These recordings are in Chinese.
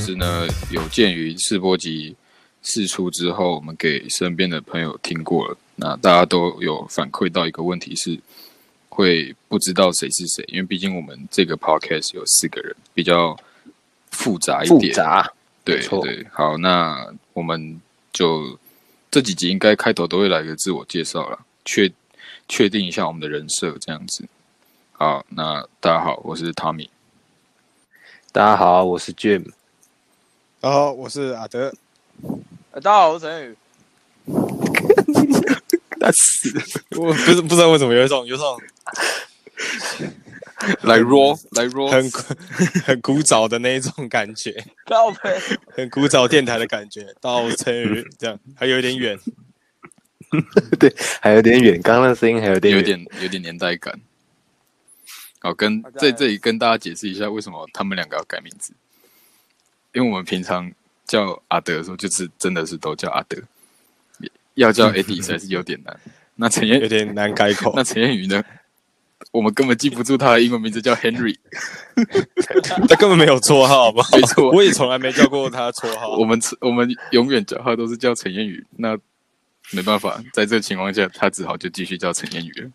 是呢，有鉴于试播集试出之后，我们给身边的朋友听过了，那大家都有反馈到一个问题是，会不知道谁是谁，因为毕竟我们这个 podcast 有四个人，比较复杂一复点。杂，对没错对，好，那我们就这几集应该开头都会来个自我介绍了，确确定一下我们的人设这样子。好，那大家好，我是汤米。大家好，我是 Jim。大家好，我是阿德。呃大家好，我是陈宇。但是 我不是不知道为什么有一种有一种 来 roll，来 roll，很 古很古早的那一种感觉，靠背，很古早电台的感觉。到成语这样还有一 点远，还有点远，刚刚那声音还有点有远。点有点年代感。好，跟大家在这里跟大家解释一下，为什么他们两个要改名字，因为我们平常叫阿德的时候，就是真的是都叫阿德，要叫 AD 才是有点难。那陈有 彦，点难改口那。陈彦宇呢？我们根本记不住他的英文名字叫 Henry，他根本没有绰号，好不好没？错 我也从来没叫过他绰号我。们我们永远叫他都是叫陈彦宇。那没办法，在这情况下，他只好就继续叫陈彦宇了。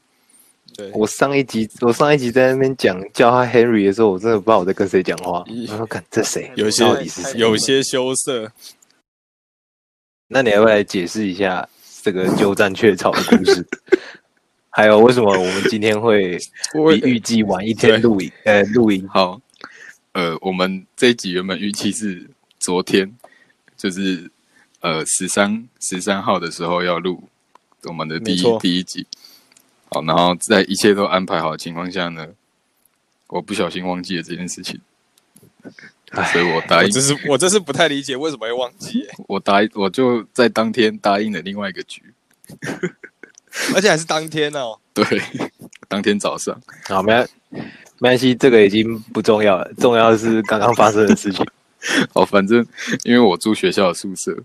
对，我上一集，我上一集在那边讲叫他 Henry 的时候，我真的不知道我在跟谁讲话。咦我说：“看这谁？有些到底是谁有些羞涩，那你要不要来解释一下这个鸠占鹊巢的故事？ 还有为什么我们今天 会我比预计晚一天录影？呃，录影好，呃，我们这一集原本预期是昨天，就是呃十三十三号的时候要录我们的第没一错第一集。好，然后在一切都安排好的情况下呢，我不小心忘记了这件事情，所以我答我应真是我真是不太理解为什么会忘记， 我答应我就在当天答应了另外一个局，而且还是当天哦。对， 当天早上。好，没关没关系，这个已经不重要了，重要的是刚刚发生的 事情。 哦，反正因为我住学校的宿舍，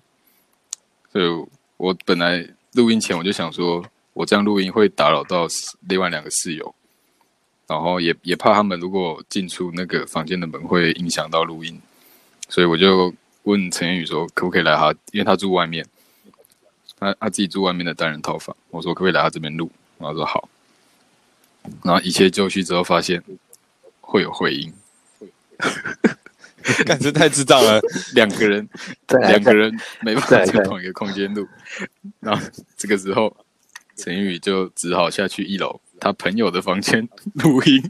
所以我本来录音前我就想说，我这样录音会打扰到另外两个室友，然后也也怕他们如果进出那个房间的门会影响到录音，所以我就问陈彦宇说，可不可以来他，因为他住外面，他他自己住外面的单人套房，我说可不可以来他这边录，然后他说好，然后一切就绪之后发现会有回音，感觉太智 障了，两个人再来两个再来人没办法对在对同一个空间录，然后这个时候陈宇就只好下去一楼他朋友的房间录音，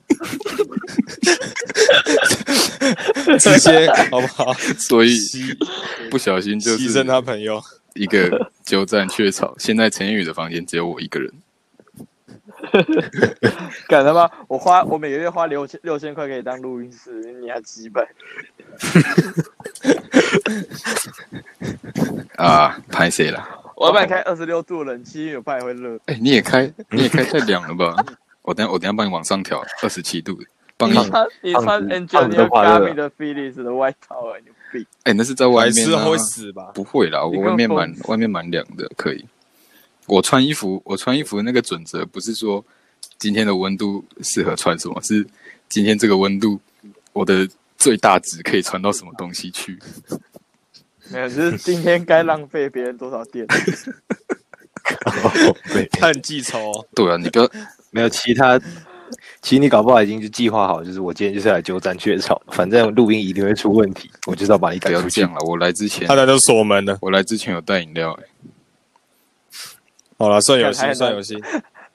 直接好不好？所以牺不小心就牺牲是他朋友，一个鸠占鹊巢。现在陈宇的房间只有我一个人， 敢他妈！我花我每个月花六千六千块可以当录音室，你还几百？啊，拍谁啦？我要帮你开二十六度冷气，因为我怕你会热。哎、你也开，你也开太凉了吧？我等下我等下帮你往上调二十七度，帮你你穿你穿胖子胖子 Angelina 都怕热 Jolie 的 Felix 的外套啊，你 逼！哎、那是在外白面、痴啊，会死吧？不会啦，你我跟外面风蛮外面蛮凉的，可以。我穿衣服，我穿衣服的那个准则不是说今天的温度适合穿什么，是今天这个温度我的最大值可以穿到什么东西去。没有，就是今天该浪费别人多少电？ 哦对，看记仇，哦对啊，你不要没有其他。其实你搞不好已经就计划好，就是我今天就是来鸠占鹊巢，反正录音一定会出问题，我就是要把你不赶要出这去样。了。我来之前他，难道锁门了？我来之前有带饮料、欸，好了，算有太戏，难算有戏。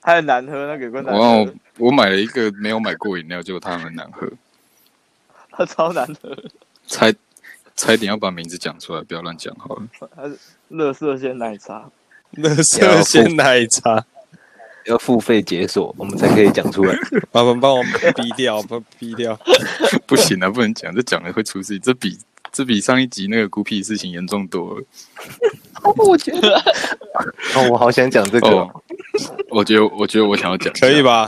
还很难喝，那个有够难我喝我，我买了一个没有买过饮料，结果它很难喝，它超难喝，差差一点要把名字讲出来，不要乱讲好了。它是乐色鲜奶茶。 乐色鲜奶茶，要付费解锁，我们才可以讲出来。麻烦帮我逼 掉，帮逼掉。不行啊，不能讲，这讲了会出事。这比这比上一集那个孤僻的事情严重多了。 哦，我好想讲这个哦、哦，我觉得，我觉得我想要讲，可以？吧？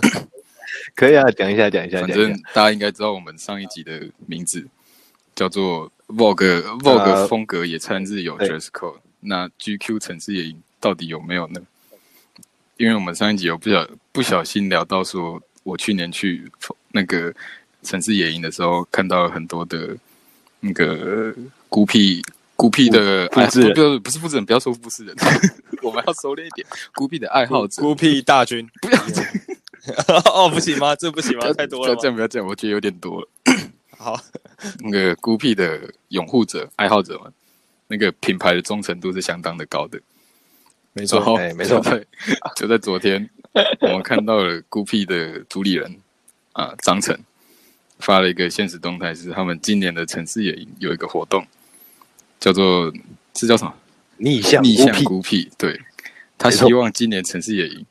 可以啊，讲一下，讲一下，反讲一正下。大家应该知道我们上一集的名字叫做 Vogue Vogue 呃风格野餐日有对 dress code，、那 GQ 城市野营到底有没有呢？因为我们上一集有不小不小心聊到说，我去年去那个城市野营的时候，看到了很多的那个孤僻孤僻的复爱制人不不不是复制人，不要说复制人， 我们要收敛一点，孤僻的爱好者。孤僻大军，不要 哦，不行吗？这不行不吗要？太多不了要吗呃这。样，不要这样，我觉得有点多了。好，那个孤僻的拥护者、爱好者们，那个品牌的忠诚度是相当的高的。没然后哎没错就在就在昨 天，我们看到了孤僻的主理人啊张晨发了一个现实动态，是他们今年的城市野营有一个活动，叫做是叫什么？逆向逆孤向僻，孤僻，对他没错希望今年城市野营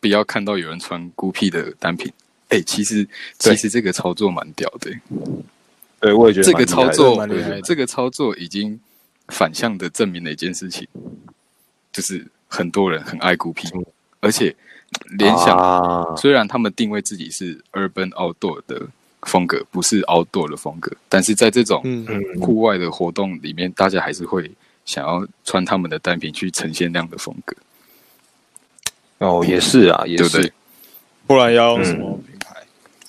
不要看到有人穿孤僻的单品。哎、其实对其实这个操作蛮屌的、欸对我也觉得这个蛮厉害操的作蛮厉害的，这个操作已经反向的证明了一件事情，就是很多人很爱孤僻，而且联想、啊，虽然他们定位自己是 urban outdoor 的风格，不是 outdoor 的风格，但是在这种嗯户外的活动里面，大家还是会想要穿他们的单品去呈现那样的风格，哦也是啊，也对不是对不然要用什么品牌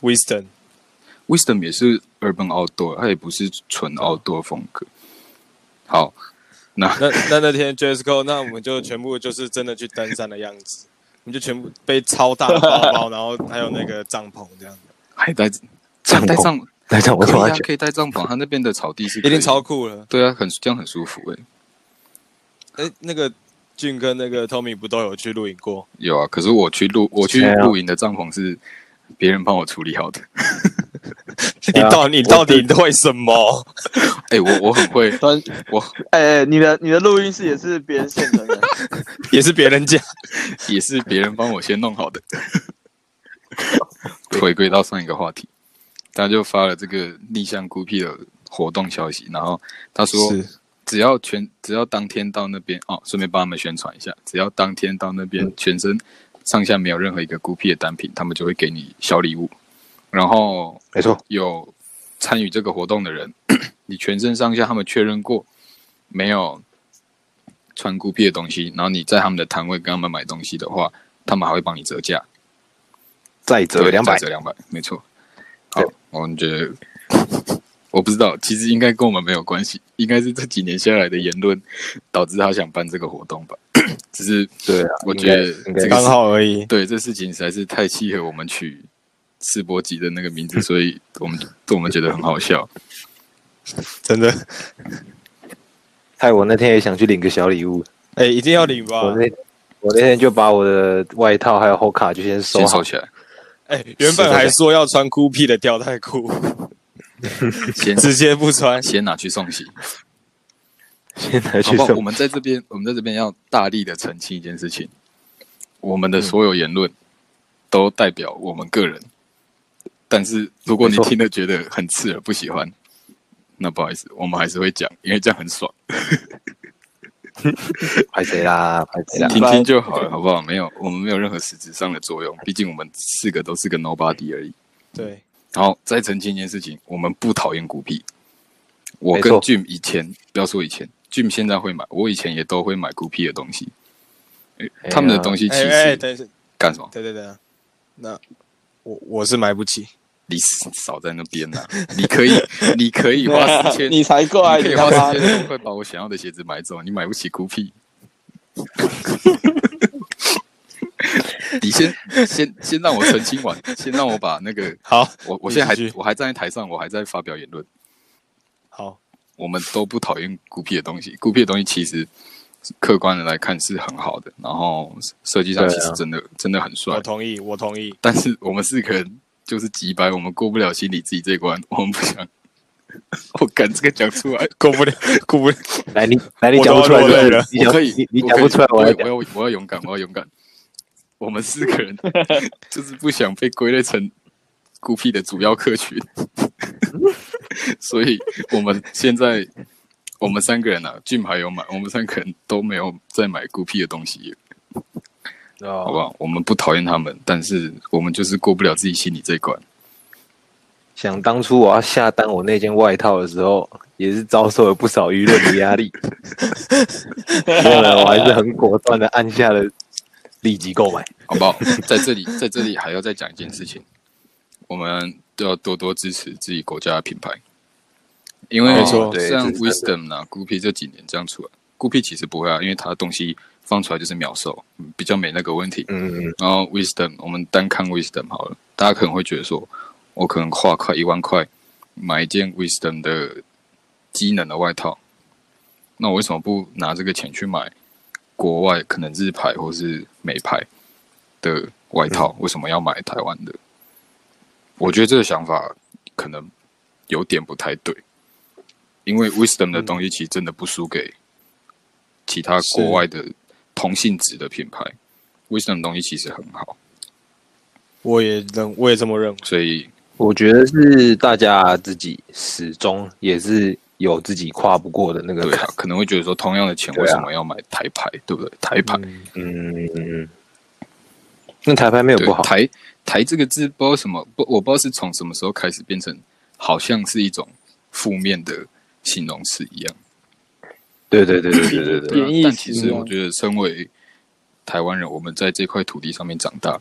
？Wisdom， ？Wisdom 也是 urban outdoor，它也不是纯 outdoor 风格。好，那那那那天 Jesco，那我们就全部就是真的去登山的样子，我们就全部背超大的包包，然后还有那个帐篷这样子，还带帐篷带上来讲我怎可么以啊讲，可以带帐篷，它那边的草地是可一以定超酷了。对啊，很这样很舒服诶、哎、那个俊跟那个 Tommy 不都有去露营过？有啊，可是我去露我去谁啊露营的帐篷是别人帮我处理好的。 你啊到你到底会什么？哎、我我很会， 我哎、你的你的录音室也是别人现成 的， 也是别 人家，也是别人帮我先弄好的。回归到上一个话题，他就发了这个逆向孤僻的活动消息，然后他说是只要全只要当天到那边哦，顺便帮他们宣传一下，只要当天到那边全身上下没有任何一个孤僻的单品，他们就会给你小礼物。然后没错，有参与这个活动的人， 你全身上下他们确认过没有穿孤僻的东西，然后你在他们的摊位跟他们买东西的话，他们还会帮你折价，再折对两再百，折两百，没错。好，我们觉得 我不知道，其实应该跟我们没有关系，应该是这几年下来的言论导致他想办这个活动吧。 只是对啊，我觉得应该这应个该刚好而已。对这事情实在是太契合我们取世博集的那个名字，所以我们我们觉得很好笑。真的，害我那天也想去领个小礼物，哎、一定要领吧我！那我那天就把我的外套还有后卡就先收先好收，起来，哎、原本还说要穿孤僻的吊带裤，先直接不穿。先拿去送洗，先拿好去不好？送我。们在这边，我们在这边要大力的澄清一件事情：我们嗯的所有言论都代表我们个人。但是如果你没错听了觉得很刺耳，不喜欢，那不好意思，我们还是会讲，因为这样很爽，拍谁啦？拍谁啊啦？听听就好了，好不好？没有，我们没有任何实质上的作用，毕竟我们四个都是个 nobody 而已。对，然后再澄清一件事情，我们不讨厌孤僻。我没跟错 Jim 以前，不要说以前，Jim 现在会买，我以前也都会买孤僻的东西。诶哎呀他们的东西其哎、哎、实等一下，干什么？等等等一下，那我我是买不起。你少在那边呐、你可以，你可以花四千，啊你才怪，你可你以他花妈四千块把我想要的鞋子买走，你买不起孤僻。你先先先让我澄清完，先让我把那个好我我现在还你继续我还站在台上，我还在发表言论。好，我们都不讨厌孤僻的东西，孤僻的东西其实客观的来看是很好的，然后设计上对其啊实真的、真的很帅我，同意，我同意。但是我们四个人就是几百，我们过不了心理自己这一关，我们不想。 我敢这个讲出来，过不了， 过不了。来你来你我讲不都出来落泪了的，你我讲可以，你你我讲可以不出来，我我来要讲。我要我要勇敢，我要勇敢。我们四个人 就是不想被归类成孤僻的主要客群， 所以我们现在我们三个人啊，俊牌有买，我们三个人都没有再买孤僻的东西，好哦，不好？我们不讨厌他们，但是我们就是过不了自己心里这一关。想当初我要下单我那件外套的时候，也是遭受了不少舆论的压 力。没有了，我还是很果断的按下了立即购买。好不好？ 在这里，在这里还要再讲一件事情，我们都要多多支持自己国家的品牌，因为没错对像这是真 Wisdom 啊、Guppy 这几年这样出来，Guppy 其实不会啊，因为它东西放出来就是秒售，嗯比较没那个问题。嗯，然后 Wisdom，我们单看 Wisdom 好了，大家可能会觉得说，我可能花快一万块买一件 Wisdom 的机能的外套，那我为什么不拿这个钱去买国外可能日牌或是美牌的外套？嗯为什么要买台湾的？我觉得这个想法可能有点不太对，因为 Wisdom 嗯的东西其实真的不输给其他国外的同性质的品牌。Wisdom 的东西其实很好，我也认，我也这么认为。所以我觉得是大家自己始终也是有自己跨不过的那个对啊坎。，可能会觉得说，同样的钱对啊为什么要买台牌，对不对？台牌嗯嗯嗯，那台牌没有对不好，台台这个字不知道什么，不，我不知道是从什么时候开始变成好像是一种负面的形容词一样。对对对对对对对，对啊贬义，词但其实吗我觉得，身为台湾人，我们在这块土地上面长大，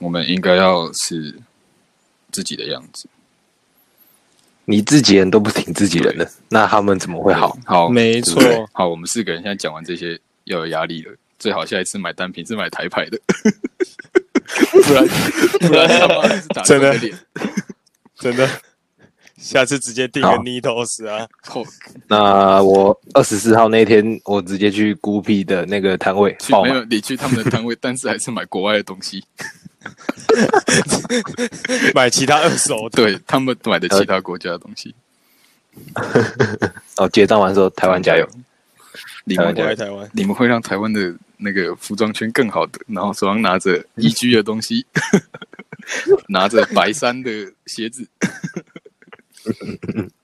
我们应该要是自己的样子。你自己人都不挺自己人的，那他们怎么会好？好，没错，对好，我们四个人现在讲完这些，要有压力了。最好下一次买单品是买台牌的，不 然不然他妈的是打真的你脸。真的。下次直接订个好 Needles 啊，靠那我二十四号那天，我直接去孤僻的那个摊位去爆没满有，你去他们的摊位，但是还是买国外的东西。买其他二手的。对他们买的其他国家的东西。哦，结账完之后，台湾加哦油！！你台们湾我加会油来台湾，你们会让台湾的那个服装圈更好的，然后手上拿着 E G 的东西， 拿着白衫的鞋 子，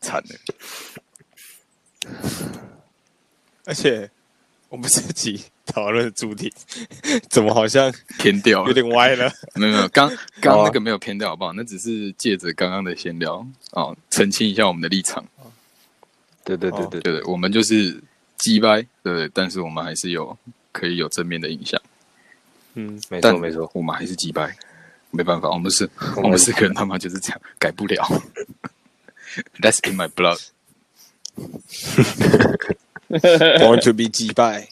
惨了！而且我们自己讨论的主题， 怎么好像偏掉有了，点歪 了？没有没有，刚刚好啊那个没有偏掉，好不好？那只是借着刚刚的闲聊哦，澄清一下我们的立场。对对对哦对对，对对，我们就是鸡掰，对不对？但是我们还是有可以有正面的影响。嗯，没错但没错，我们还是击败，没办法，我们是，我我们们四个人他妈就是这样，改不 了。That's in my blood。 born to be 击败。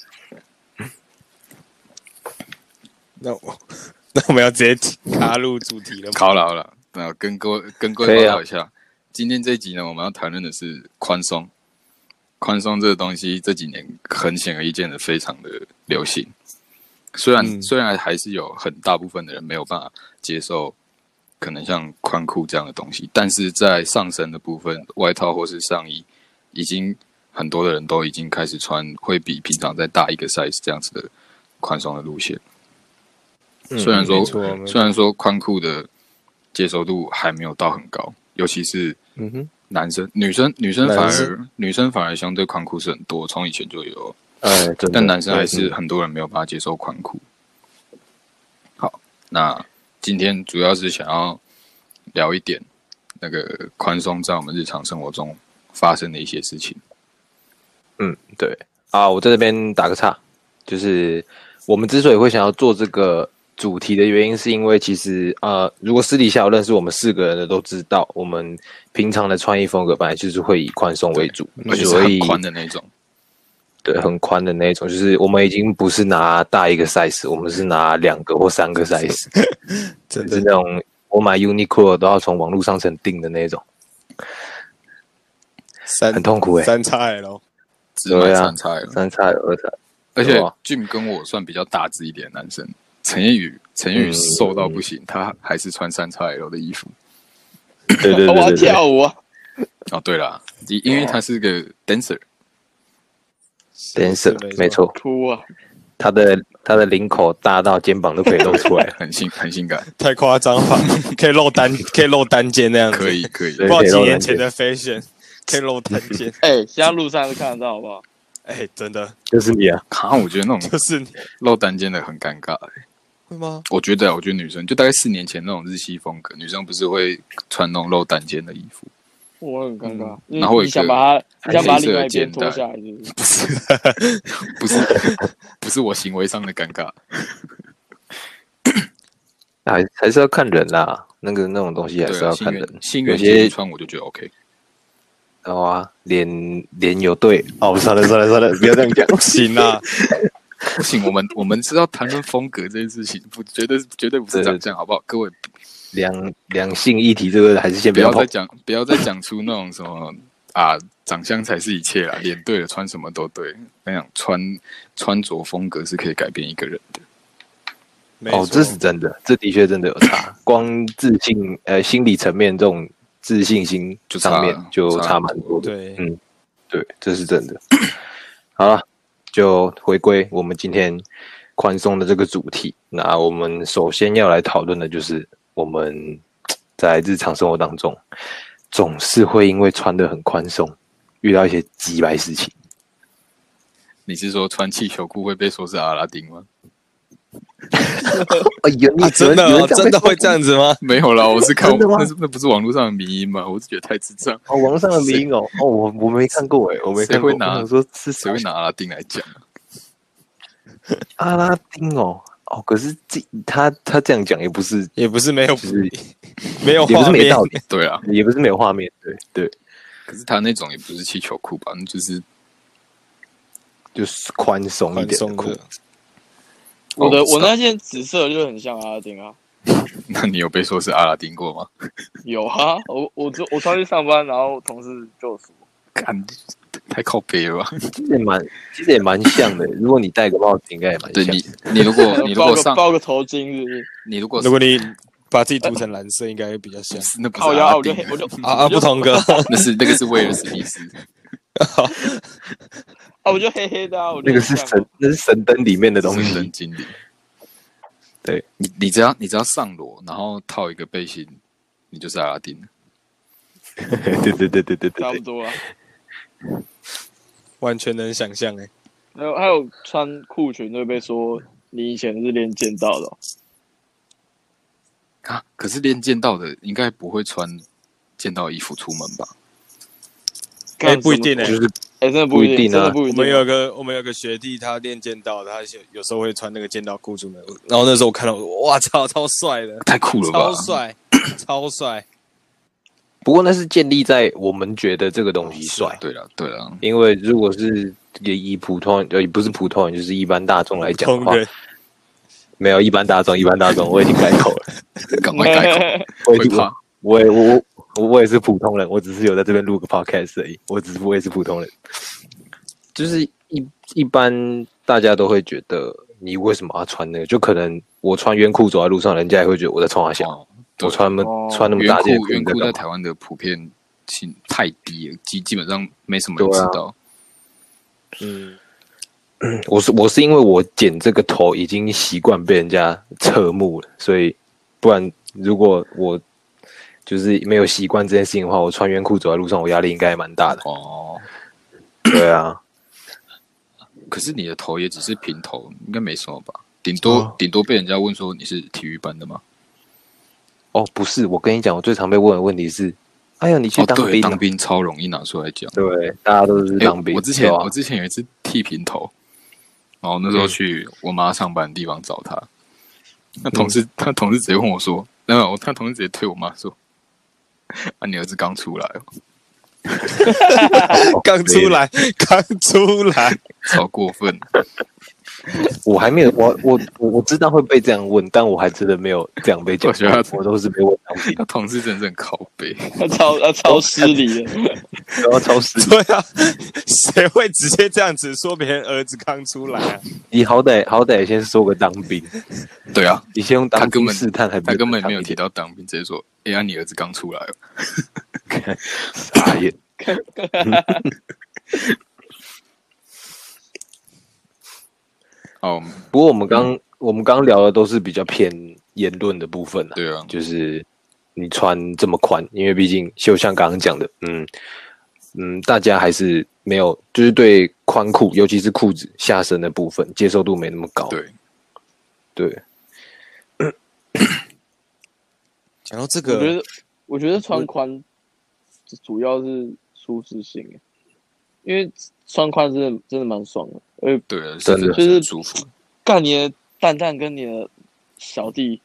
那我 那我们要直接插入主题了吗？好了好了，那跟各位跟各可位以报啊告一下，今天这一集呢，我们要谈论的是宽松。宽松这个东西这几年很显而易见的非常的流行，虽然、嗯虽然还是有很大部分的人没有办法接受，可能像宽裤这样的东西，但是在上身的部分，外套或是上衣，已经很多的人都已经开始穿会比平常再大一个 size 这样子的宽松的路线。虽然说没错没错虽然说宽裤的接受度还没有到很高，尤其是嗯哼，男生、女生、女生反男而女生反而相对宽裤是很多，从以前就有，哎，真的呃但男生还是嗯很多人没有办法接受宽裤。好，那今天主要是想要聊一点那个宽松在我们日常生活中发生的一些事情。嗯，对啊，我在这边打个岔，就是我们之所以会想要做这个主题的原因，是因为其实呃，如果私底下有认识我们四个人的都知道，我们平常的穿衣风格本来就是会以宽松为主，而且是所很以宽的那种，对很宽的那一种，就是我们已经不是拿大一个 size，我们是拿两个或三个 size，真就是那种我买 Uniqlo 都要从网络商城订的那种，三很痛苦欸三叉 L，只买对啊三叉了。三叉有二叉，而且对啊吧 Jim 跟我算比较大只一点的男生，陈彦宇，陈彦宇嗯瘦到不行，他还是穿三叉 L 的衣服。对对对我要对对，跳舞啊！哦，对啦，因因为他是个 dancer，颜色没，错，哭啊！他的他的领口大到肩膀都可以露出来了。 很性很性感，太夸张了吧，可以露单，可以露单肩那样子，可以可以。不对知道几年前的 fashion，可以露单 肩，哎，现在路上都看得到，好不好？哎，真的就是你啊，啊，我觉得那种就是你露单肩的很尴尬、欸。会吗？我觉得啊，我觉得女生就大概四年前那种日系风格，女生不是会穿那种露单肩的衣服？我很尴尬，你然后有一个你想把它，你想把黑色的另外一边肩带脱下来，是不是？不是，不 是，不是我行为上的尴尬。还还是要看人啦。那个那种东西还对是啊，要新看垣人，新有垣结衣些穿我就觉得 OK。然后啊，连连有队哦，算了算了算了，不要这样讲。不行啊，不行，我们我们知道谈论风格这件事情，不绝对绝对不是长这样，好不好？各位两两性议题这个还是先不不要要碰再。讲，不要再讲出那种什么啊，长相才是一切啦，脸对了，穿什么都对。那样穿穿着风格是可以改变一个人的。没 哦，错这是真的，这的确真的有差。光自信呃心理层面这种自信心就差上面就差差蛮多的，对嗯对，这是真的。好了，就回归我们今天宽松的这个主题。那我们首先要来讨论的就是我们在日常生活当中，总是会因为穿的很宽松，遇到一些鸡白事情。你是说穿气球裤会被说是阿拉丁吗？哎呀，你啊，真的有哦人真的会这样子吗？ 没有 啦，我是看真的吗那是那不是网络上的迷因吗？我是觉得太智 障，哦，网上的迷因哦，哦，我我没看过哎，我没看过。谁会拿我想说是谁会拿阿拉丁来讲？ 阿拉丁哦？哦，可是这他他这样讲也不是，也不是没有就是没有也不画是没面道，理，对啊，也不是没有画面，对对，可是他那种也不是气球裤吧？那就是 就是宽松一宽点松裤的。我的哦我那件紫色就很像阿拉丁啊，那你有被说是阿拉丁过吗？有啊，我我就我穿去上班，然后同事就说，干，太靠北了吧？其实也蛮其实也蛮像的。 如果你戴个帽子，应该也蛮对像你，你如 果你如呃包果个上，包个头巾是不是？你如果如果你把自己涂成蓝色，应该会比 较像。是 那不靠是腰啊，阿拉我就丁黑，我就啊啊，不同哥， 那是那个是威尔史密斯，啊，我就黑黑的啊，我就那个是像神，那是神灯里面的东神西灯。经理。对你，你只要你只要上裸，然后套一个背心，你就是阿拉丁了。 对对对对对对差不对，多啊。完全能想象哎。还有还有穿裤裙就被说你以前是练剑道的哦、啊！可是练剑道的应该不会穿剑道衣服出门吧？哎，不一定哎哎、就是哎真的不一不一定真啊的不我一定。们有个我们有个学弟，他练剑道的，他有有时候会穿那个剑道裤出门。然后那时候我看到，哇操，超帅的，太酷了吧超！帅，超帅。不过那是建立在我们觉得这个东西帅，对了对了，因为如果是以普通人，呃，不是普通人，就是一般大众来讲的空话，人没有一般大众，一般大众，我已经改口了，赶快 改口，我已会经怕。我也我我我也是普通人，我只是有在这边录个 podcast 而已，我只是我也是普通人，就是一一般大家都会觉得你为什么要穿那个？就可能我穿圆裤走在路上，人家也会觉得我在穿花小，哦对我穿那么、哦穿那么圆大件裤圆在裤干在嘛台湾的普遍性太低了，基基本上没什么人知对啊道。嗯，我是我是因为我剪这个头已经习惯被人家侧目了，所以不然如果我就是没有习惯这件事情的话，我穿圆裤走在路上，我压力应该也蛮大的。哦，对啊，可是你的头也只是平头，应该没什么吧？顶多顶多被人家问说你是体育班的吗？哦，不是，我跟你讲，我最常被问的问题是，哎呀，你去哦，当对，兵啊、当兵超容易拿出来讲。对，大家都是嗯诶当兵。我之前对啊我之前有一次剃平头，然后那时候去我妈上班的地方找她，嗯那同事他同事直接问我说，没有，他同事直接推我妈说，啊，你儿子刚出来哦，刚出来，刚出来，超过分。 我还没有，我我我我知道会被这样问，但我还真的没有这样被讲我觉得他过，我都是被问当兵，那同事真的是很靠背，他 超他超失礼的，然后超时，对啊，谁会直接这样子说别人儿子刚出来啊？你好歹好歹先说个当兵，对啊，你先用他当根兵本试探还比较他根本正没有常一提到点当兵，直接说，哎呀，你儿子刚出来哦，傻眼。哦，不过我们刚、我们刚聊的都是比较偏言论的部分啊，对啊，就是你穿这么宽，因为毕竟就像刚刚讲的，嗯嗯，大家还是没有，就是对宽裤，尤其是裤子下身的部分接受度没那么高。对，对，讲到这个，我觉得我觉得穿宽主要是舒适性，欸因为穿宽真的真的蛮爽的，而且对啊，真的是就是很舒服。干你的蛋蛋跟你的小弟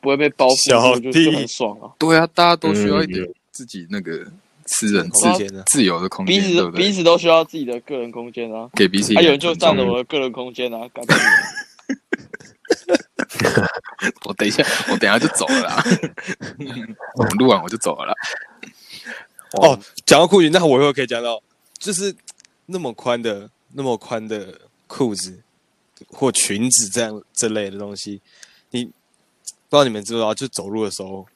不会被包覆住，小就弟就很爽啊。对啊，大家都需要一嗯点自己那个私人自空间呢？自由的空彼间，对此不彼对？此都需要自己的个人空间啊。给彼此一还点有人就尊重占了我的个人空间啊，干脆我等一下，我等一下就走了啦。我们录完我就走了啦。哦，讲到裤子，那我又可以讲到，就是那么宽的、那么宽的裤子或裙子这样这类的东西，你不知道你们知不知道？就走路的时候，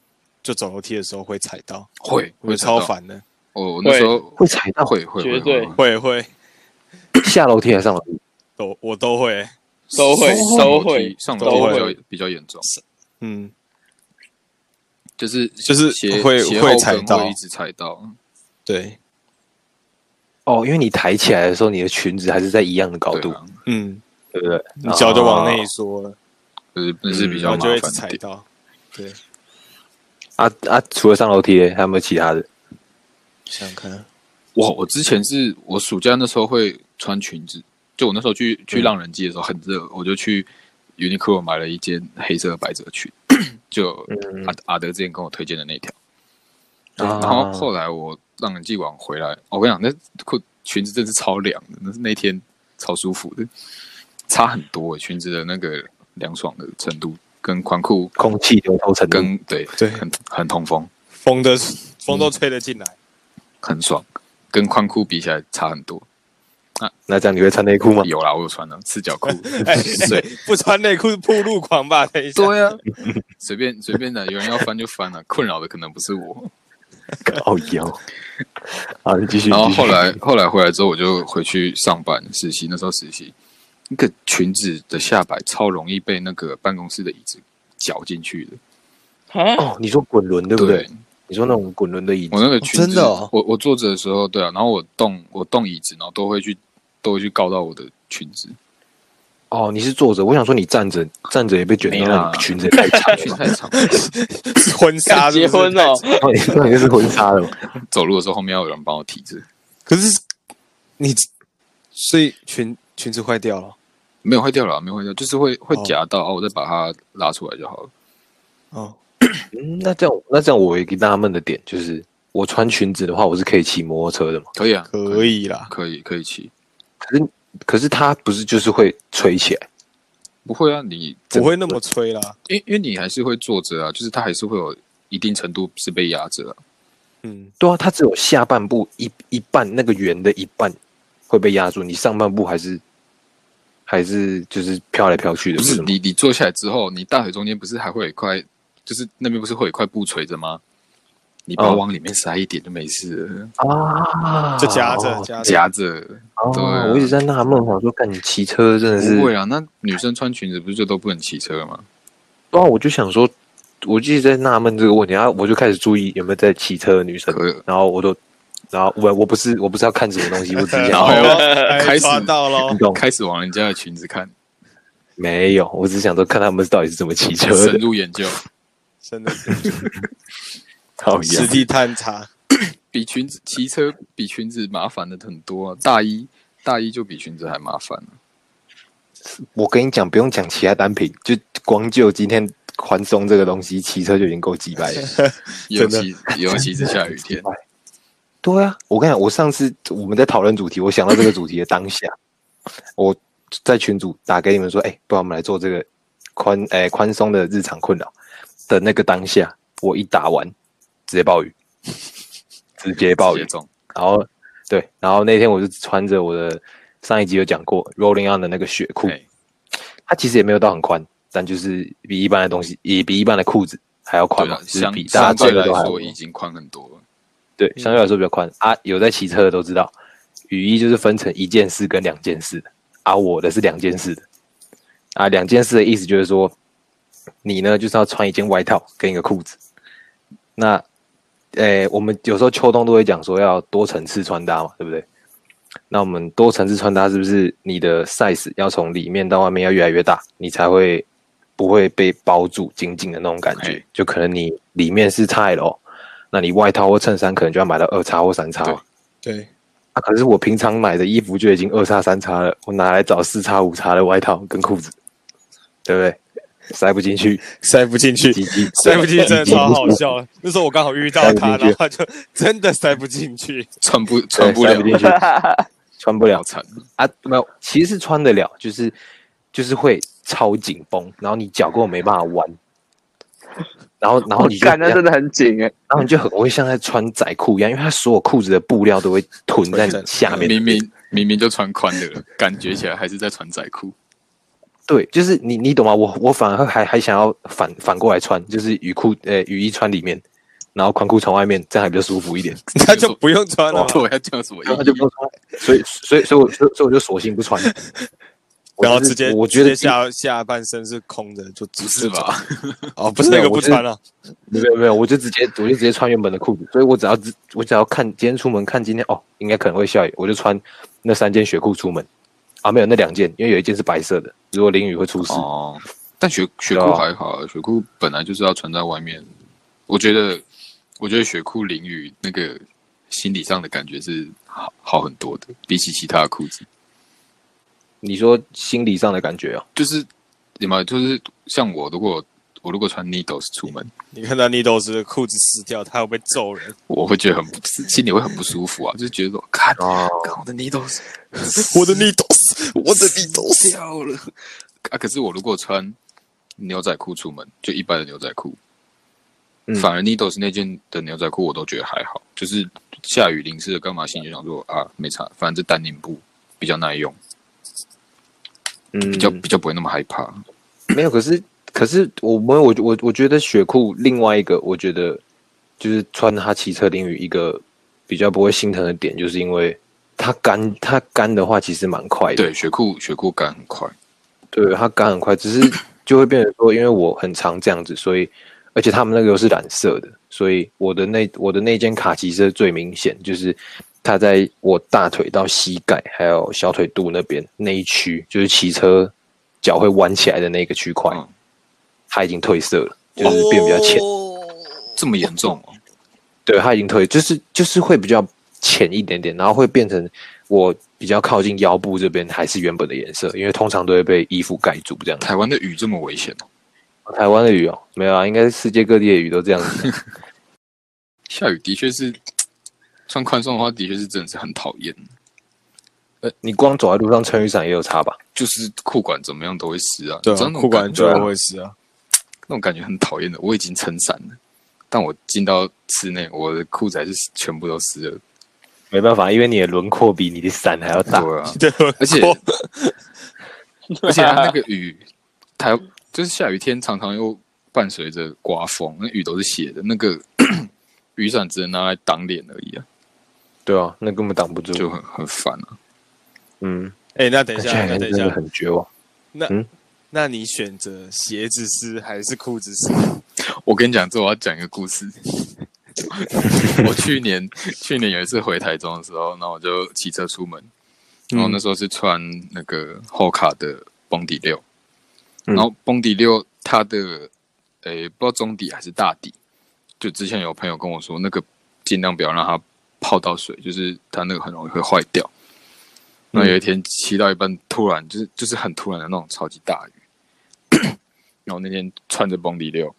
就走楼梯的时候会踩到，会，我觉得超。烦的。我我那时候会踩到会会绝对会会会，下楼梯还是上楼梯？都我都会。都会都会上都楼梯会比较比较严重，嗯，就是就是鞋会鞋会后踩跟到会一直踩到。对，哦，因为你抬起来的时候，你的裙子还是在一样的高对度，啊，嗯，对不对？你脚就往内缩了，就是那是比然较后麻嗯就会一直烦的踩点。到。对，啊啊！除了上楼梯嘞，还有没有其他的？想想看，哇，我之前是我暑假那时候会穿裙子，就我那时候去嗯去浪人季的时候很热，我就去 Uniqlo 买了一件黑色的百褶裙，就嗯阿阿德之前跟我推荐的那条。啊然后后来我浪人季完回来，哦我跟你讲，那裤裙子真是超凉的，那是那天超舒服的，差很多、欸裙子的那个凉爽的程度跟宽裤空气流通程度跟对嗯对很很通风，风的风都吹得进来，很爽，跟宽裤比起来差很多。那这样你会穿内裤吗？有啦，我有穿了四角裤，哎，对 哎不穿内裤是铺路狂吧？等一下，对啊，随便随便的，有人要翻就翻了、啊困扰的可能不是我。哦有。好，你继续。然后你继续后来后来回来之后，我就回去上班实习，那时候实习，那个裙子的下摆超容易被那个办公室的椅子绞进去的。 啊，哦，你说滚轮对不对？你说那种滚轮的椅我子，那个裙子，真的哦我我坐着的时候，对啊，然后我动我动椅子，然后都会去都会去告到我的裙子，哦，你是坐着，我想说你站着，站着也被卷没到，啦那你裙子也太长 裙子了吧。太长， 婚纱结是不是婚哦，那你那你是婚纱了吗？走路的时候后面要有人帮我提着，可是你，所以裙裙子坏掉了没有坏掉了，啊没有坏掉，就是会会夹到，哦，我再把它拉出来就好了。哦。嗯，那这样那这样，我有一个纳闷的点就是，我穿裙子的话，我是可以骑摩托车的嘛？可以啊，可以啦，可以可以骑，可是可是它不是就是会吹起来？不会啊，你不会那么吹啦。因因为你还是会坐着啊，就是它还是会有一定程度是被压着、啊。嗯，对啊，它只有下半部一一半那个圆的一半会被压住，你上半部还是还是就是飘来飘去的，不是吗？你你坐下来之后，你大腿中间不是还会有一块，就是那边不是会有一块布垂着吗？你把它哦往里面塞一点就没事了，啊，就夹着哦夹着，夹着。对啊哦，我一直在纳闷，我想说，干你骑车真的是不会啊，那女生穿裙子不是就都不能骑车吗？对啊，我就想说，我一直在纳闷这个问题，然后我就开始注意有没有在骑车的女生可以，然后我都，然后我我不是我不是要看什么东西，我只 是想然后要 哎开始抓到喽 运，动，开始往人家的裙子看，没有，我只是想说看他们到底是怎么骑车深的，入研究，真的好实地探查。比裙子骑车比裙子麻烦的很多、啊。大衣大衣就比裙子还麻烦、啊。我跟你讲，不用讲其他单品，就光就今天宽松这个东西，骑车就已经够鸡 掰了。尤真的其 尤其是下雨天，对啊，我跟你讲，我上次我们在讨论主题，我想到这个主题的当下， 我在群组打给你们说，哎、不然我们来做这个宽哎宽松的日常困扰的那个当下，我一打完直接暴雨，直接暴雨直接，中然后对，然后那天我就穿着我的上一集有讲过 Rolling On 的那个雪裤，哎它其实也没有到很宽，但就是比一般的东西，也比一般的裤子还要宽对嘛，啊，就是相比大家相对穿的来都还说嗯已经宽很多了。对，相对来说比较宽啊。有在骑车的都知道，雨衣就是分成一件事跟两件事的啊，我的是两件事的啊。两件事的意思就是说，你呢就是要穿一件外套跟一个裤子。那，诶、我们有时候秋冬都会讲说要多层次穿搭嘛，对不对？那我们多层次穿搭是不是你的 size 要从里面到外面要越来越大，你才会不会被包住紧紧的那种感觉嘿？就可能你里面是 XL，那你外套或衬衫可能就要买到二叉或三叉对嘛对，啊。可是我平常买的衣服就已经二叉三叉了，我拿来找四叉五叉的外套跟裤子，对不对？塞不进去，塞不进去，鸡鸡塞不进去真的鸡鸡超好笑的。那时候我刚好遇到塞不进他，去然后他就 真的塞不 进去。穿不对穿不塞了不，进去，穿不了好惨。啊，没有，其实是穿得了，就是就是会超紧绷，然后你脚根本没办法弯，然后然后哦你就干，那这样真的很紧哎、然后你就很会像在穿仔裤一样，因为它所有裤子的布料都会囤在你下面。明明明明就穿宽的了，感觉起来还是在穿仔裤。对，就是你你懂吗？我我反而还还想要反反过来穿，就是雨裤呃雨衣穿里面，然后宽裤穿外面，这样还比较舒服一点。他就不用穿哦了嘛， 对，要这样什么意然义？后啊就不穿，所以所以所以我所以所以我就索性不穿。 我然后就是直接我觉得直接下下半身是空的，就不不是？吧？ 哦，不是那个不穿了，没有没有，我就直接我就直接穿原本的裤子，所以我只要只我只要看今天出门看今天哦，应该可能会下雨，我就穿那三件雪裤出门啊，没有那两件，因为有一件是白色的，如果淋雨会出事。哦，但雪雪对裤啊还好啊，雪裤本来就是要穿在外面。我觉得，我觉得雪裤淋雨那个心理上的感觉是好好很多的，比起其他的裤子，你说心理上的感觉哦，就是你们就是像我，如果我如果穿 Needles 出门，你看到 Needles 的裤子撕掉，他会被揍人。我会觉得很不心里会很不舒服啊，就是觉得说，看，哦看我的 Needles 我的 Needles，我的 Needles，掉了 啊！可是我如果穿牛仔裤出门，就一般的牛仔裤，嗯反而 Needles 那件的牛仔裤我都觉得还好，就是下雨淋湿了干嘛，心里就想说啊，没差，反正这丹宁布比较耐用，嗯，比较、比较不会那么害怕。没有，可是可是我们我我我觉得雪裤另外一个，我觉得就是穿它骑车淋雨一个比较不会心疼的点，就是因为它干它干的话其实蛮快的，对，雪裤雪裤干很快，对，它干很快，只是就会变成说，因为我很常这样子，所以而且他们那个又是染色的，所以我的那我的那件卡其色最明显，就是它在我大腿到膝盖还有小腿肚那边那一区，就是骑车脚会弯起来的那个区块，嗯它已经褪色了，就是变比较哦浅。这么严重哦？对，它已经退，就是就是会比较浅一点点，然后会变成我比较靠近腰部这边还是原本的颜色，因为通常都会被衣服盖住这样。台湾的雨这么危险哦？台湾的雨哦，没有啊，应该是世界各地的雨都这样子。 下雨的确是穿宽松的话，的确是真的是很讨厌，你光走在路上撑雨伞也有差吧？就是裤管怎么样都会湿啊，对你知啊道，那种裤感管觉就会是啊，那种感觉很讨厌的。我已经撑伞了，但我进到室内，我的裤子还是全部都湿了。没办法，因为你的轮廓比你的伞还要大。对啊，对，而且我而且它那个雨，台就是下雨天常常又伴随着刮风，那雨都是斜的，那个 雨伞只能拿来挡脸而已啊，对啊，那根本挡不就住。很很烦啊。嗯，哎，那等一看下，起来那等一真的下，很绝望。那你选择鞋子湿还是裤子湿？我跟你讲，这我要讲一个故事。 我去年去年有一次回台中的时候，然后我就骑车出门，然后那时候是穿那个后卡的蹦迪六，嗯然后蹦迪六它的诶、不知道中底还是大底，就之前有朋友跟我说，那个尽量不要让它泡到水，就是它那个很容易会坏掉。那有一天骑到一半，突然就是就是很突然的那种超级大雨， 然后那天穿着蹦迪六，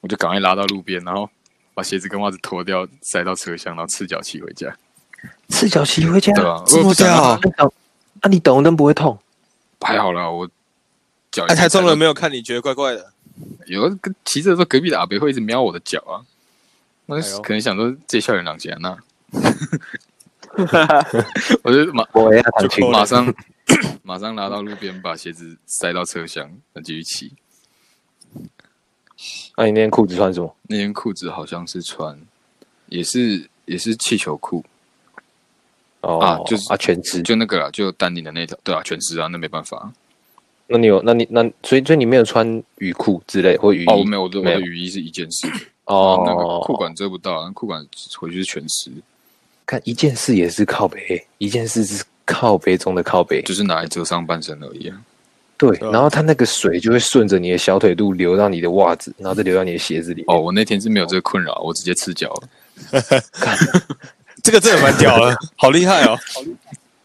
我就赶快拉到路边，然后把鞋子跟袜子脱掉，塞到车厢，然后赤脚骑回家。赤脚骑回家，对啊，这我么不想屌让那你挡啊，你挡红灯不会痛？它 还好啦，我脚哎，台中啊人了没有看你觉得怪怪的？有个骑着的时候，隔壁的阿伯会一直瞄我的脚啊，我哎就呦可能想说这校园狼藉 那，我就 马我也要弹琴就。马上马上拉到路边，把鞋子塞到车厢，那继续骑。那、啊你那件裤子穿什么？那件裤子好像是穿，也是也是气球裤，哦，啊就是啊，全湿。就那个啦，就丹宁的那条，对啊，全湿啊，那没办法。那你有？那你那所以所以你没有穿雨裤之类或雨衣？哦，我没有，我的我没有的雨衣是一件事， 哦，那个裤管遮不到，裤管回去是全湿，看一件事也是靠背，一件事是靠背中的靠背。就是拿来遮上半身而已、啊。对，吧然后它那个水就会顺着你的小腿肚流到你的袜子，然后再流到你的鞋子里面。嗯哦，我那天是没有这个困扰，我直接赤脚了。这个真的蛮屌的，好厉害哦！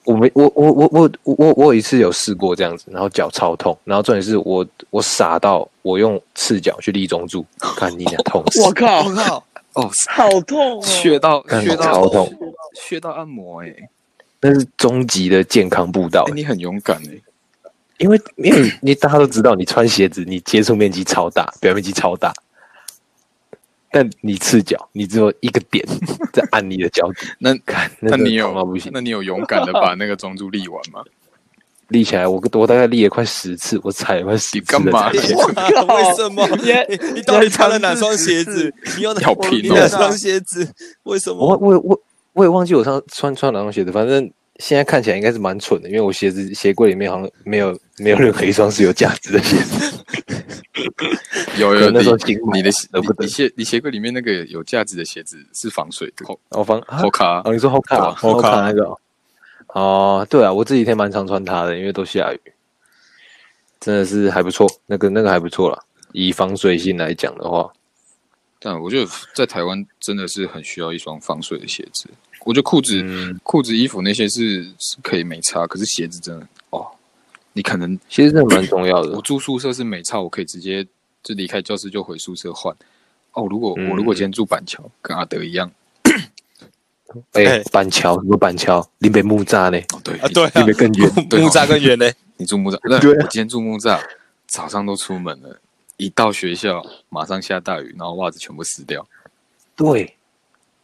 我没我我我我我我我有一次有试过这样子，然后脚超痛，然后重点是我我傻到我用赤脚去立 中柱，看你俩痛死我，靠，我靠，哦，好 痛哦！学到干学到超痛，学到按摩哎、那是终极的健康步道哎、，你很勇敢哎、因为因为你大家都知道，你穿鞋子你接触面积超 大，表面积超大，但你赤脚，你只有一个 点在按你的脚底，那看那真的你有痛到不行，那你有勇敢的把那个中柱立完吗？立起来，我我大概立了快十次，我踩了快十你次干的嘛踩起来我靠，靠为什么？也你你到底穿了哪双鞋子？你用哪要拼哦你哪双鞋子？为什我么？我我我也忘记我上穿穿哪双鞋子，反正现在看起来应该是蛮蠢的，因为我鞋子鞋柜里面好像没有没有任何一双是有价值的鞋子。有可有，能那你时候新买你的舍不你得你鞋你鞋柜里面那个有价值的鞋子是防水的，后我放啊后卡哦，你说 Hoka 吧 Hoka Hoka 那个哦哦，对啊，我这几天蛮常穿它的，因为都下雨，真的是还不错，那个那个还不错啦。以防水性来讲的话，但我觉得在台湾真的是很需要一双防水的鞋子。我觉得裤子、嗯裤子、衣服那些是是可以没差，可是鞋子真的哦，你可能其实真的蛮重要的 啊我。住宿舍是没差，我可以直接就离开教室就回宿舍换。哦，如果、嗯我如果今天住板桥，跟阿德一样，哎、哎板桥什么板桥，林北木栅呢？哦对啊，对离啊得，更远。对哦木栅更远嘞。你住木栅，那对啊我今天住木栅，早上都出门了，一到学校马上下大雨，然后袜子全部湿掉，对，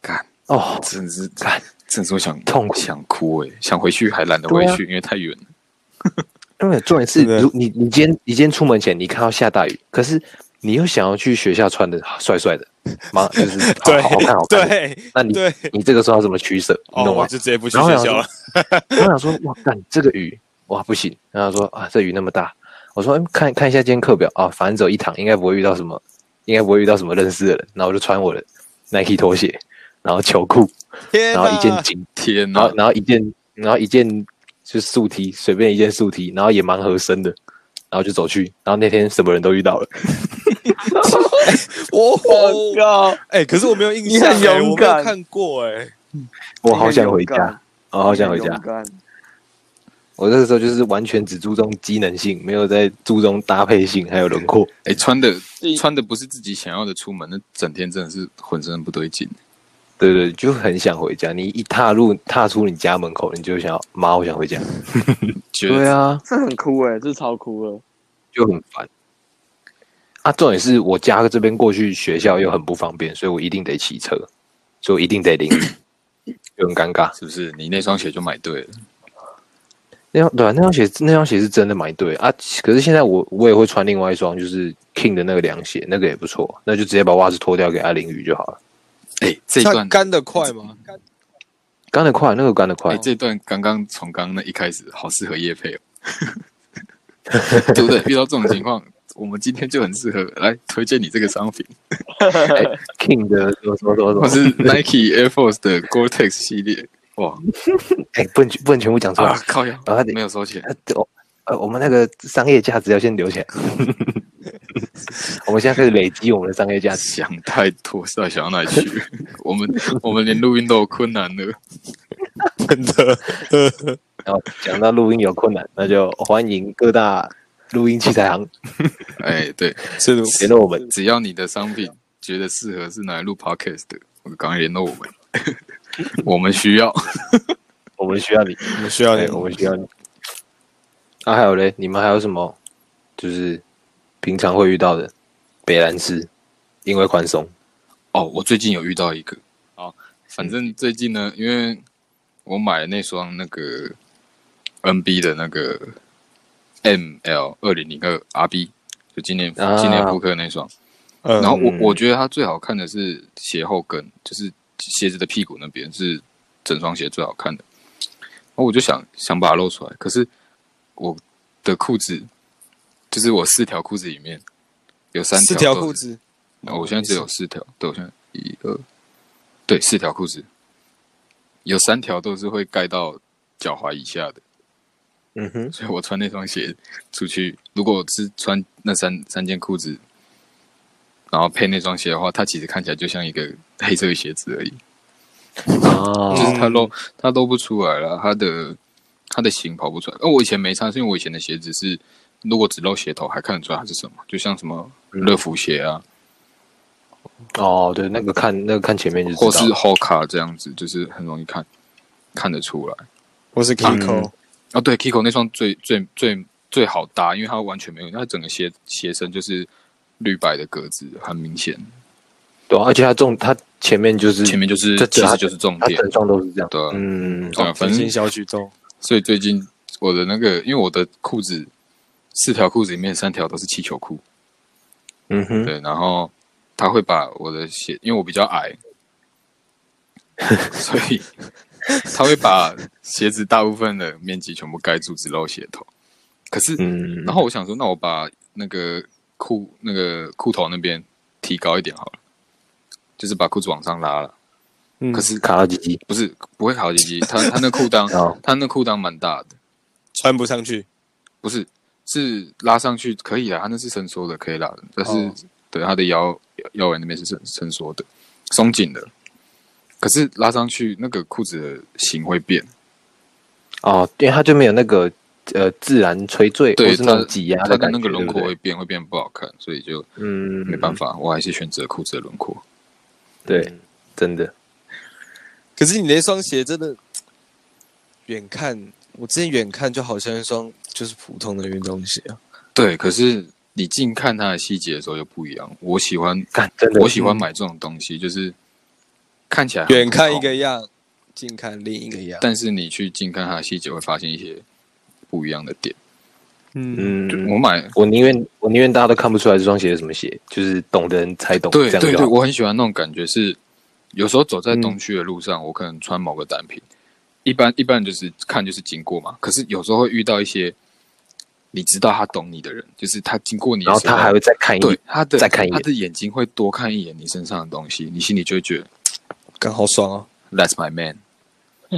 干，哦，真的是干，真的是我想痛苦啊想哭诶、想回去还懒得回去，因为太远了。因为重点是，对如你你今天你今天出门前，你看到下大雨，可是你又想要去学校穿的帅帅的，妈就是 好对好好看好看的。对那你对，你这个时候要怎么取舍？你哦，懂吗我？就直接不去然后学想校说了。我想说，哇，干这个雨，哇不行。然后他说啊，这雨那么大。我说，嗯，看看一下今天课表啊，反正只有一堂，应该不会遇到什么，应该不会遇到什么认识的人。然后我就穿我的 Nike 拖鞋，然后球裤，天然哪！后一件紧天哪、然嗯后然后一件，然后一件就是素 T，随便一件素 T，然后也蛮合身的，然后就走去，然后那天什么人都遇到了，我我靠，哎，可是我没有印你象很欸，勇我没有敢看过哎。我好想回你很勇家敢，我好想回家勇。敢我那个时候就是完全只注重机能性，没有在注重搭配性还有轮廓。哎、穿的你穿的不是自己想要的，出门那整天真的是浑身不对劲。对对，就很想回家。你一踏入踏出你家门口，你就想要妈，我想回家。觉得对啊，这 很酷哎，这超酷了。就很烦。啊，重点是我家这边过去学校又很不方便，所以我一定得骑车，所以我一定得淋雨，就很尴尬。是不是？你那双鞋就买对了，那双对、啊，那双鞋那双鞋是真的蛮对啊。可是现在我我也会穿另外一双，就是 King 的那个凉鞋，那个也不错。那就直接把袜子脱掉给它淋雨就好了。哎、这一它段干得快吗？干得快，那个干得哎、快，这段刚刚从刚刚那一开始，好适合叶配哦， 对不对？遇到这种情况，我们今天就很适合来推荐你这个商品，哎 King 的什么什么什或么什是么， Nike Air Force 的 Gore-Tex 系列。哇哎，不能不能全部讲出来啊，，靠呀啊，没有收钱，呃，我呃，我们那个商业价值要先留起来。 我们现在开始累积我们的商业价值。想太多，到底想到哪里去？我们我们连录音都有困难了。真的，然后讲到录音有困难，那就欢迎各大录音器材行哎、对，是的联络我们。只要你的商品觉得适合是拿来录 Podcast 的，赶快联络我们， 我们需要。我们需要你，我们需要哎你，我们需要你。啊，还有嘞，你们还有什么？就是平常会遇到的北兰斯，因为宽松，哦，我最近有遇到一个啊，反正最近呢，因为我买了那双那个 NB 的那个 ML 二零零二 RB，就今年、啊今年复刻那双。嗯然后我嗯我觉得它最好看的是鞋后跟，就是鞋子的屁股那边是整双鞋最好看的。然后我就想想把它露出来，可是我的裤子，就是我四条裤子里面有三四条都是裤子，哦，我现在只有四条，对，我现在一二，对，四条裤子，有三条都是会盖到脚踝以下的，嗯哼，所以我穿那双鞋出去，如果我是穿那三三件裤子，然后配那双鞋的话，它其实看起来就像一个黑色的鞋子而已，哦就，是它露它露不出来了，它的它的型跑不出来。哦而我以前没差，是因为我以前的鞋子是如果只露鞋头还看得出来它是什么，就像什么嗯乐福鞋啊，哦，对，那个看那个看前面就知道或了，是 Hoka 这样子，就是很容易看看得出来。我嗯是 Kiko，啊，对，Kiko 那双最最最最好搭，因为它完全没有，它整个鞋鞋身就是绿白的格子，很明显。对啊，而且它重，它前面就是前面就是这其实嗯它就是重它点，整双都是这样。对啊嗯，对啊，反粉正心哦小举动，所以最近我的那个，因为我的裤子四条裤子里面三条都是气球裤，嗯哼，对，然后他会把我的鞋，因为我比较 矮，所以他会把鞋子大部分的面积全部盖住，只露鞋头。可是，嗯，然后我想说，那我把那个裤那个裤头那边提高一点好了，就是把裤子往上拉了。嗯可是卡到鸡鸡，不是不会卡到鸡鸡，他他那裤裆 哦，他那裤裆蛮大的。穿不上去，不是，是拉上去可以啦，它那是伸缩的，可以拉的，但是、哦对它的腰腰围那边是伸伸缩的，松紧的。可是拉上去那个裤子的型会变，哦，因为它就没有那个呃自然垂坠或对是那它种挤压它的感那觉，个轮对不廓对会变，会变不好看，所以就嗯没办，法，嗯我还是选择裤子的轮廓。对，真的，可是你那双鞋真的，远看我之前远看就好像一双就是普通的运动鞋啊，对，可是你近看它的细节的时候又不一样。我喜欢，看真的，我喜欢买这种东西，就是看起来很远看普一通，个样，近看另一个样，但是你去近看它的细节，会发现一些不一样的点。嗯，嗯，就嗯我买我宁愿我宁愿大家都看不出来这双鞋是什么鞋，就是懂的人才懂，对这样对就对，好。嗯我很喜欢那种感觉是，有时候走在东区的路上，我可能穿某个单品，一般一般就是看就是经过嘛，可是有时候会遇到一些你知道他懂你的人，就是他经过你的然后时候，他还会再看一对眼，他的再看一眼他的眼睛会多看一眼你身上的东西，你心里就会觉得刚好爽哦， That's my man。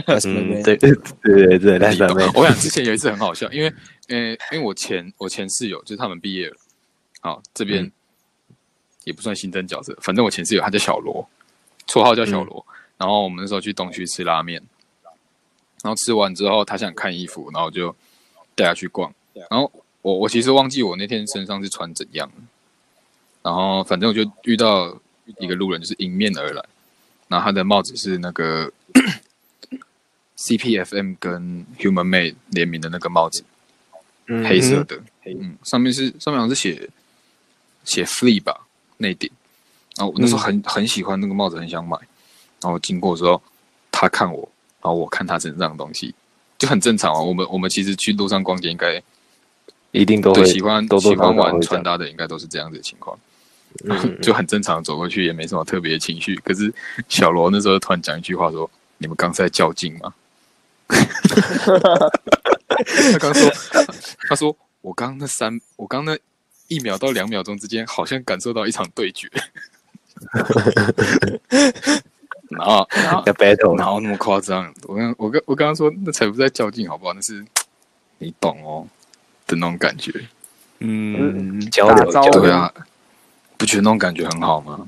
还是嗯，没对 对对对，但是你懂没，我想之前有一次很好笑，因为呃，因为我前我前室友就是他们毕业了，好这边、嗯也不算新增角色，反正我前室友他叫小罗，绰号叫小罗。然后我们那时候去东区吃拉面，然后吃完之后他想看衣服，然后我就带他去逛。然后我我其实忘记我那天身上是穿怎样了，然后反正我就遇到一个路人，就是迎面而来，然后他的帽子是那个 CPFM 跟 Human Made 联名的那个帽子，嗯黑色的，嗯，上面是上面好像是写写 Free 吧内顶，然后我那时候很、很喜欢那个帽子，很想买，然后我经过的时候，他看我，然后我看他身上的东西，就很正常啊。我们我们其实去路上逛街，应该一定都会对喜欢多多喜少欢少玩会这穿样，搭的，应该都是这样子的情况，嗯， 就很正常地走过去，也没什么特别的情绪。可是小罗那时候突然讲一句话说：“你们刚才在较劲吗？” 他刚说，他说我刚那三，我刚那一秒到两秒钟之间，好像感受到一场对决。 然后，然后要 battle，哪有那么夸张？我刚我刚我刚刚说那才不是在较劲，好不好？那是你懂哦的那种感觉。嗯想要打了招解呼对啊，不觉得那种感觉很好吗？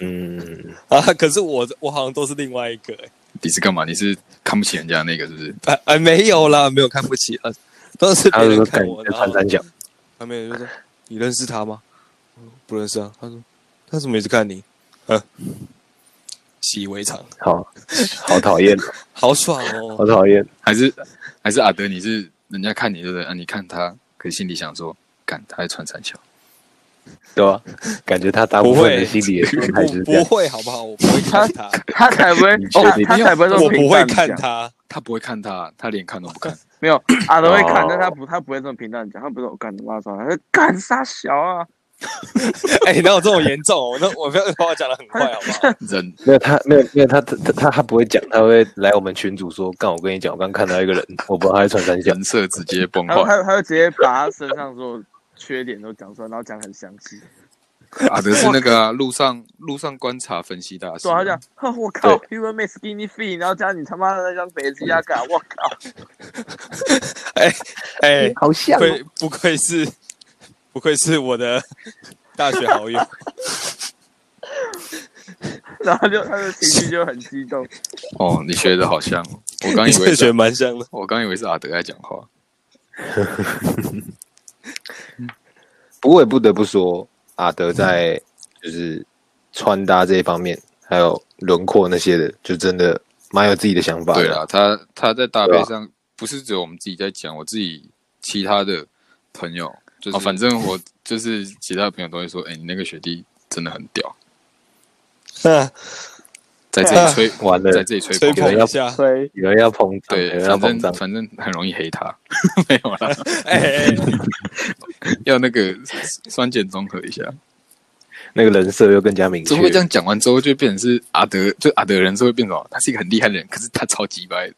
嗯，啊，可是我我好像都是另外一个、欸，你是干嘛？你是看不起人家那个是不是？哎哎，没有啦，没有看不起啊，当时他别就说人看看你我，在然穿后三角， 旁边人就说：“你认识他吗？”我说不认识啊。他说：“他怎么一直看你？”嗯，习以为常，好好讨厌，好爽好哦。讨厌，还是还是阿德？你是人家看你对不对？啊，你看他，可是心里想说，干他还穿三小，对吧？感觉他大部分的不会心理也状态我就是这不样，会，好不好？我不会看他，他才不会你确定，他才不会这么我平不会淡地看讲。他。他不会看他，他连看都不看。没有，阿德会看哦，但他不，他不会这么平淡地讲。他不是我干他妈啥，他说干啥小啊？哎，哪有这么严重哦？那我不要把我讲的很坏，好不好？人没有他，没有没有他，他他他不会讲，他会来我们群主说，干我跟你讲，我刚看到一个人，我不知道他在穿三角，人设直接崩然后坏。他他就直接把他身上所有缺点都讲出来，然后讲得很详细。阿德是那个啊、路上路上观察分析大师对，啊。他讲，哼，我靠，Human Made Skinny Fit，然后加你他妈的那张北极鸭嘎，我靠，哎， 好像哦愧不愧是不愧是我的大学 好友，然后就他的情绪就很激动。哦，你学的好像哦，我刚你以这为个觉得是，蛮像的。我刚以为是阿德在讲话。不过也不得不说，阿德在就是穿搭这一方面，还有轮廓那些的，就真的蛮有自己的想法的。对啊啦，他他在搭对配啊上不是只有我们自己在讲，我自己其他的朋友就是、哦反正我就是其他的朋友都会说，哎、你那个学弟真的很屌，啊在这啊里吹，完了在这里吹吹捧。捧一下， 所以有人要膨胀，有对，人要反膨胀正。反正很容易黑他， 没有啦，哎哎，哎要那个酸碱中和一下。那个人设又更加明确怎。么会这样讲完之后就变成是阿德，就阿德人设会变成哦他是一个很厉害的人，可是他超级白的。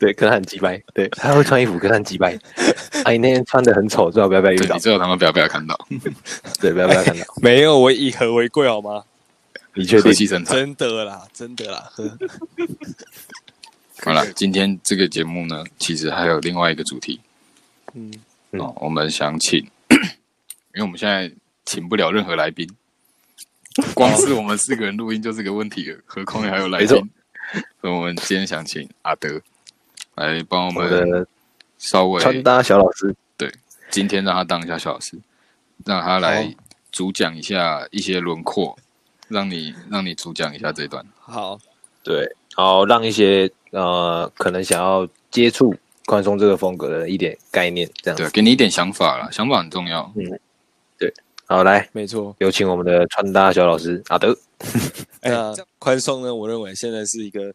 对，可是他很鸡掰。对，他会穿衣服，可是他很 鸡掰。哎，你那天穿的很丑，最好不要被他遇对，到你。最好他们不要被他看到，对，不要被他看 到。没有，我以和为贵好吗？你确和定？气生财。真的啦，真的啦，呵好了，今天这个节目呢，其实还有另外一个主题，嗯，嗯哦，我们想请， 因为我们现在请不了任何 来宾，光是我们四个人录音就是个问题了，何况还有来宾。没错所以我们今天想请阿德来帮我我们的稍微穿搭小老师，今天让他当一下小老师，让他来好主讲一下一些轮廓，让你让你主讲一下这段。好，对，然后让一些呃可能想要接触宽松这个风格的人一点概念，这样对，啊子。给你一点想法啦，想法很重要。好，来没错。有请我们的穿搭小老师阿德。哎那宽松呢？我认为现在是一个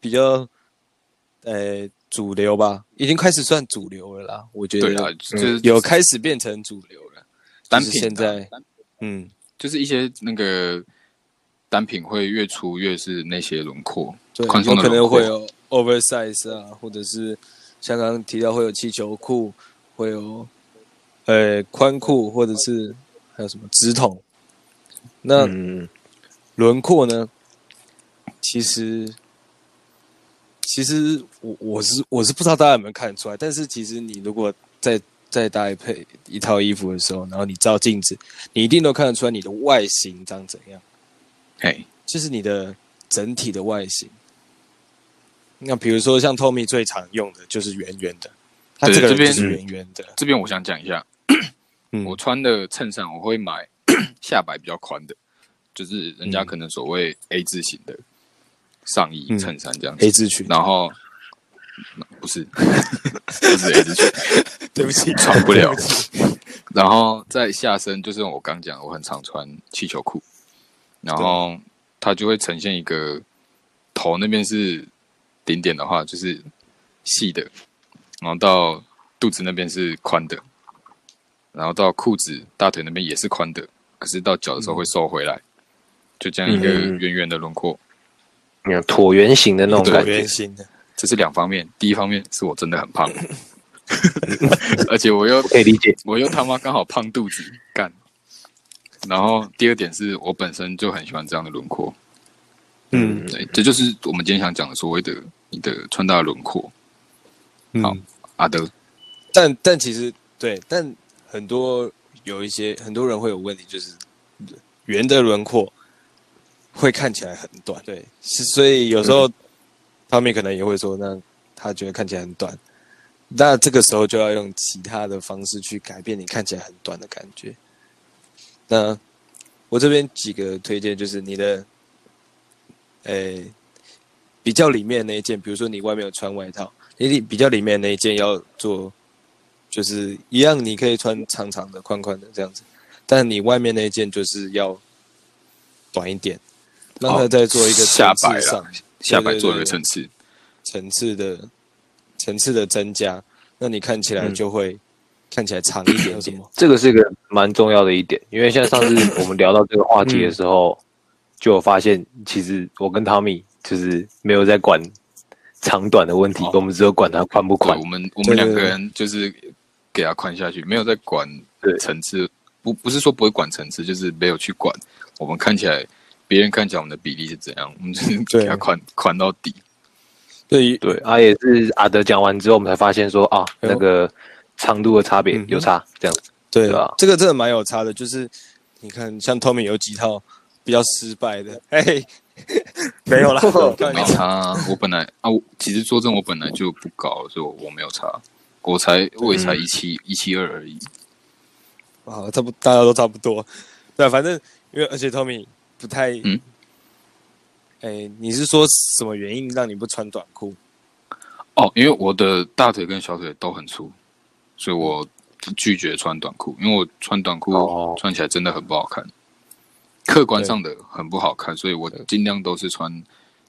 比较呃主流吧，已经开始算主流了啦。我觉对啊得，嗯就是有开始变成主流了。单就品啊是现在，嗯，就是一些那个单品会越出越是那些轮廓，对，宽松有的可轮能廓会。有 oversize 啊，或者是像刚刚提到会有气球裤，会有呃宽裤，或者是还有什么直筒。那、嗯，轮廓呢，其实其实我我是我是不知道大家有没有看得出来，但是其实你如果再再搭一配一套衣服的时候，然后你照镜子，你一定都看得出来你的外形长怎样，嘿，就是你的整体的外形。那比如说像 Tommy 最常用的就是圆圆的，他对这个这人边就是圆圆的，这边我想讲一下，嗯我穿的衬衫我会买 下摆比较宽的，就是人家可能所谓 A 字型的上衣嗯衬衫这样子。黑字裙。然后不是 不是 A 字裙， 对不起，穿不了。然后再下身就是我刚讲，我很常穿气球裤，然后它就会呈现一个头那边是顶点的话，就是细的，然后到肚子那边是宽的，然后到裤子大腿那边也是宽的，可是到脚的时候会收回来，就这样一个嗯嗯嗯圆圆的轮廓。那种嗯椭圆形的那种椭感觉圆，形的，这是两方面，第一方面是我真的很胖，而且我又可以理解。我又他妈刚好胖肚子干。然后第二点是我本身就很喜欢这样的轮廓，嗯对，这就是我们今天想讲的所谓的你的穿搭轮廓。嗯好阿德，但但其实对，但很多有一些很多人会有问题，就是圆的轮廓会看起来很短，对，是所以有时候他们可能也会说，那他觉得看起来很短，那这个时候就要用其他的方式去改变你看起来很短的感觉。那我这边几个推荐就是你的，诶、比较里面那一件，比如说你外面有穿外套，你里比较里面那一件要做，就是一样，你可以穿长长的、宽宽的这样子，但你外面那一件就是要短一点，让它哦再做一个下层次摆啦上下摆对对做一个对层次，层次的层次的增加，那你看起来嗯就会、看起来长一点点。这个是一个蛮重要的一点，因为像上次我们聊到这个话题的时候，就有发现，其实我跟汤米就是没有在管长短的问题，哦我们只有管它宽不对，宽我。们我们两个对对对人就是给他宽下去，没有在管对层次，不不是说不会管层次，就是没有去管我们看起来别人看起来我们的比例是怎样，我们就是对给他宽宽到底。对于对，啊，也是阿德讲完之后，我们才发现说啊，哎呦那个长度的差别嗯哼有差，这样子。对对啊这个真的蛮有差的，就是你看像 Tommy 有几套比较失败的，哎、没有啦，开没玩笑差、啊。我本来啊，我其实说真，我本来就不高，所以我我没有差。我才我也才一七一七二而已。啊，差不大家都差不多。对啊，反正因为而且 Tommy 不太，嗯哎、你是说什么原因让你不穿短裤？哦，因为我的大腿跟小腿都很粗，所以我拒绝穿短裤，因为我穿短裤哦穿起来真的很不好看，客观上的很不好看，所以我尽量都是穿，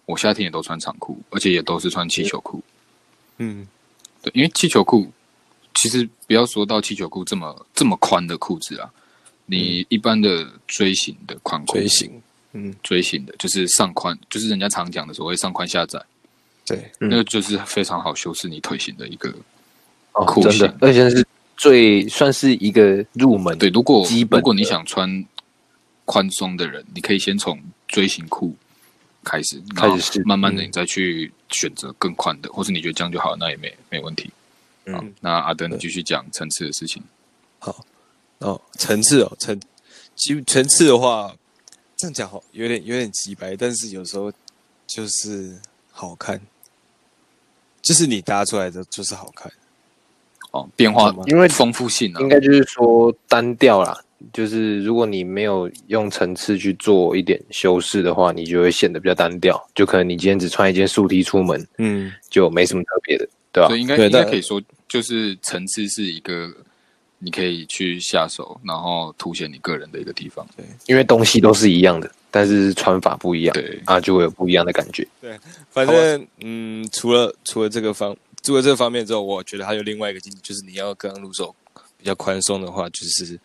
我夏天也都穿长裤，而且也都是穿气球裤。嗯，对，因为气球裤其实不要说到气球裤这么这么宽的裤子啊，你一般的锥形的宽裤，锥形，嗯，锥形的，就是上宽，就是人家常讲的所谓上宽下窄，对，嗯那就是非常好修饰你腿型的一个。哦，酷真的刑，而且是最算是一个入门，对，，如果基本的如果你想穿宽松的人，你可以先从锥形裤开始，开始然后试嗯慢慢的你再去选择更宽的，或是你觉得这样就好，那也没没问题。嗯好，那阿登你继续讲层次的事情。哦，层次哦，层，其实层次的话，这样讲好，有点有点直白，但是有时候就是好看，就是你搭出来的就是好看，哦，变化懂吗因为丰富性啊应，该就是说单调啦。就是如果你没有用层次去做一点修饰的话，你就会显得比较单调。就可能你今天只穿一件素 T 出门，嗯，就没什么特别的，对吧所？以应该对应该但可以说，就是层次是一个你可以去下手，然后凸显你个人的一个地方。因为东西都是一样的，但是穿法不一样，对啊，就会有不一样的感觉。反正嗯，除了除了这个方，除了这方面之后，我觉得还有另外一个经济，就是你要刚入手比较宽松的话，就是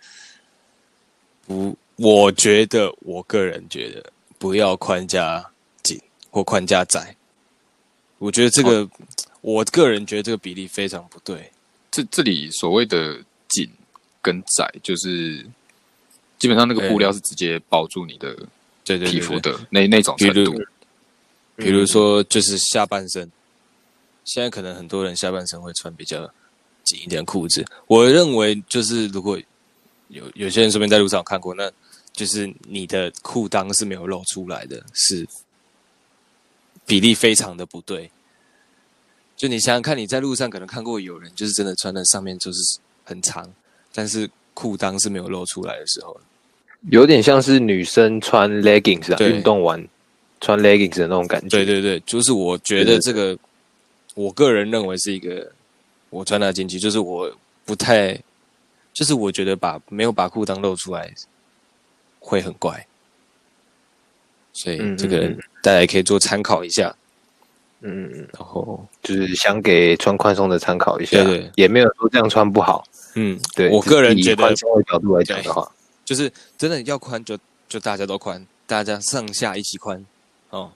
不，我觉得我个人觉得不要宽加紧或宽加窄，我觉得这个、我个人觉得这个比例非常不对。这这里所谓的紧跟窄，就是基本上那个布料是直接包住你的对对对皮肤对的那那种程比度如。比如说就是下半身，现在可能很多人下半身会穿比较紧一点的裤子。我认为就是如果有有些人说不定在路上有看过，那就是你的裤裆是没有露出来的，是比例非常的不对。就你想想看，你在路上可能看过有人就是真的穿的上面就是很长，但是裤裆是没有露出来的时候，有点像是女生穿 leggings 啊，对运动完穿 leggings 的那种感觉。对对对，就是我觉得这个，我个人认为是一个我穿搭禁忌，就是我不太，就是我觉得把没有把裤裆露出来会很怪，所以嗯这个嗯嗯大家也可以做参考一下。嗯，嗯嗯，然后，就是想给穿宽松的参考一下，对对也没有说这样穿不好。嗯，对我个人觉以宽得松的角度来讲的话，就是真的要宽就就大家都宽，大家上下一起宽，哦，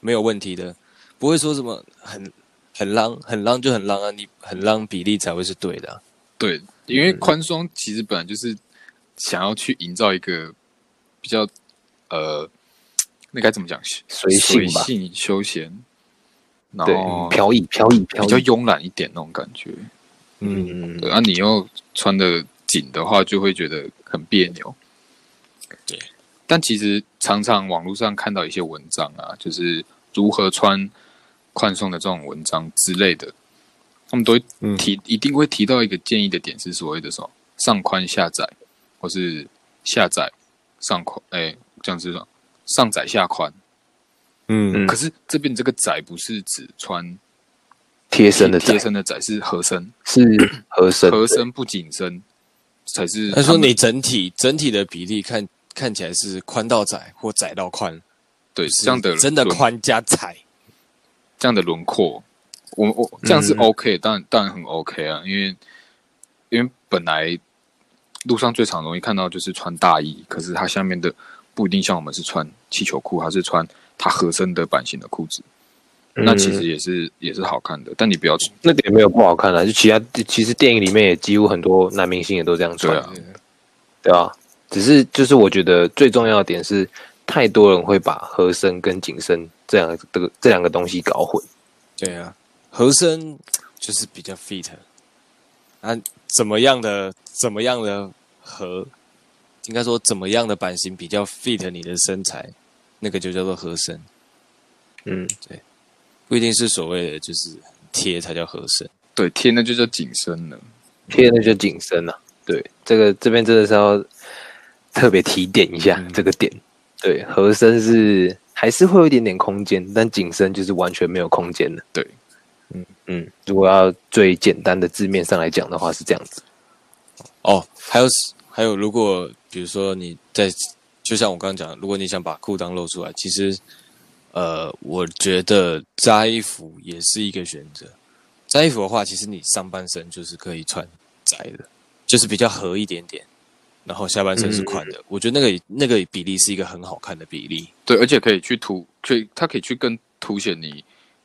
没有问题的，不会说什么很很浪很浪就很浪啊，你很浪比例才会是对的啊、对，因为宽松其实本来就是想要去营造一个比较呃，那该怎么讲？随性吧随性休闲，然对哦后，飘逸飘逸飘比较逸。慵懒一点那种感觉。嗯嗯，对啊，你又穿的紧的话，就会觉得很别扭。对，但其实常常网络上看到一些文章啊，就是如何穿宽松的这种文章之类的，他们都会嗯提，一定会提到一个建议的点是所谓的什么上宽下窄，或是下窄上宽，哎、这样子说上窄下宽。嗯嗯可是这边这个窄不是指穿贴身的贴窄身的窄，是合身。是合身的合身不紧身才是他们。说你整体整体的比例看看起来是宽到窄或窄到宽，对是这样的真的轮宽加窄。这样的轮廓，我我这样是嗯 OK，、当然当然很 OK 啊，因为因为本来路上最常容易看到就是穿大衣，可是它下面的不一定像我们是穿气球裤，它是穿它合身的版型的裤子，嗯那其实也是也是好看的，但你不要那点没有不好看啊啦，就其他其实电影里面也几乎很多男明星也都这样穿，对啊对啊只是就是我觉得最重要的点是，太多人会把合身跟紧身这两个这两个东西搞混。对啊，合身就是比较 fit 啊，怎么样的怎么样的合，应该说怎么样的版型比较 fit 你的身材，那个就叫做合身，嗯，不一定是所谓的就是贴才叫合身。对，贴那就叫紧身了。贴的就紧身了、啊对，这个这边真的是要特别提点一下、这个点。对，合身是还是会有一点点空间，但紧身就是完全没有空间的。对，嗯嗯，如果要最简单的字面上来讲的话是这样子。哦，还有还有，如果比如说你在，就像我刚刚讲的，如果你想把裤裆露出来，其实，呃，我觉得扎衣服也是一个选择。扎衣服的话，其实你上半身就是可以穿窄的，就是比较合一点点，然后下半身是宽的。我觉得那个那个比例是一个很好看的比例。对，而且可以去凸，可以它可以去更凸显你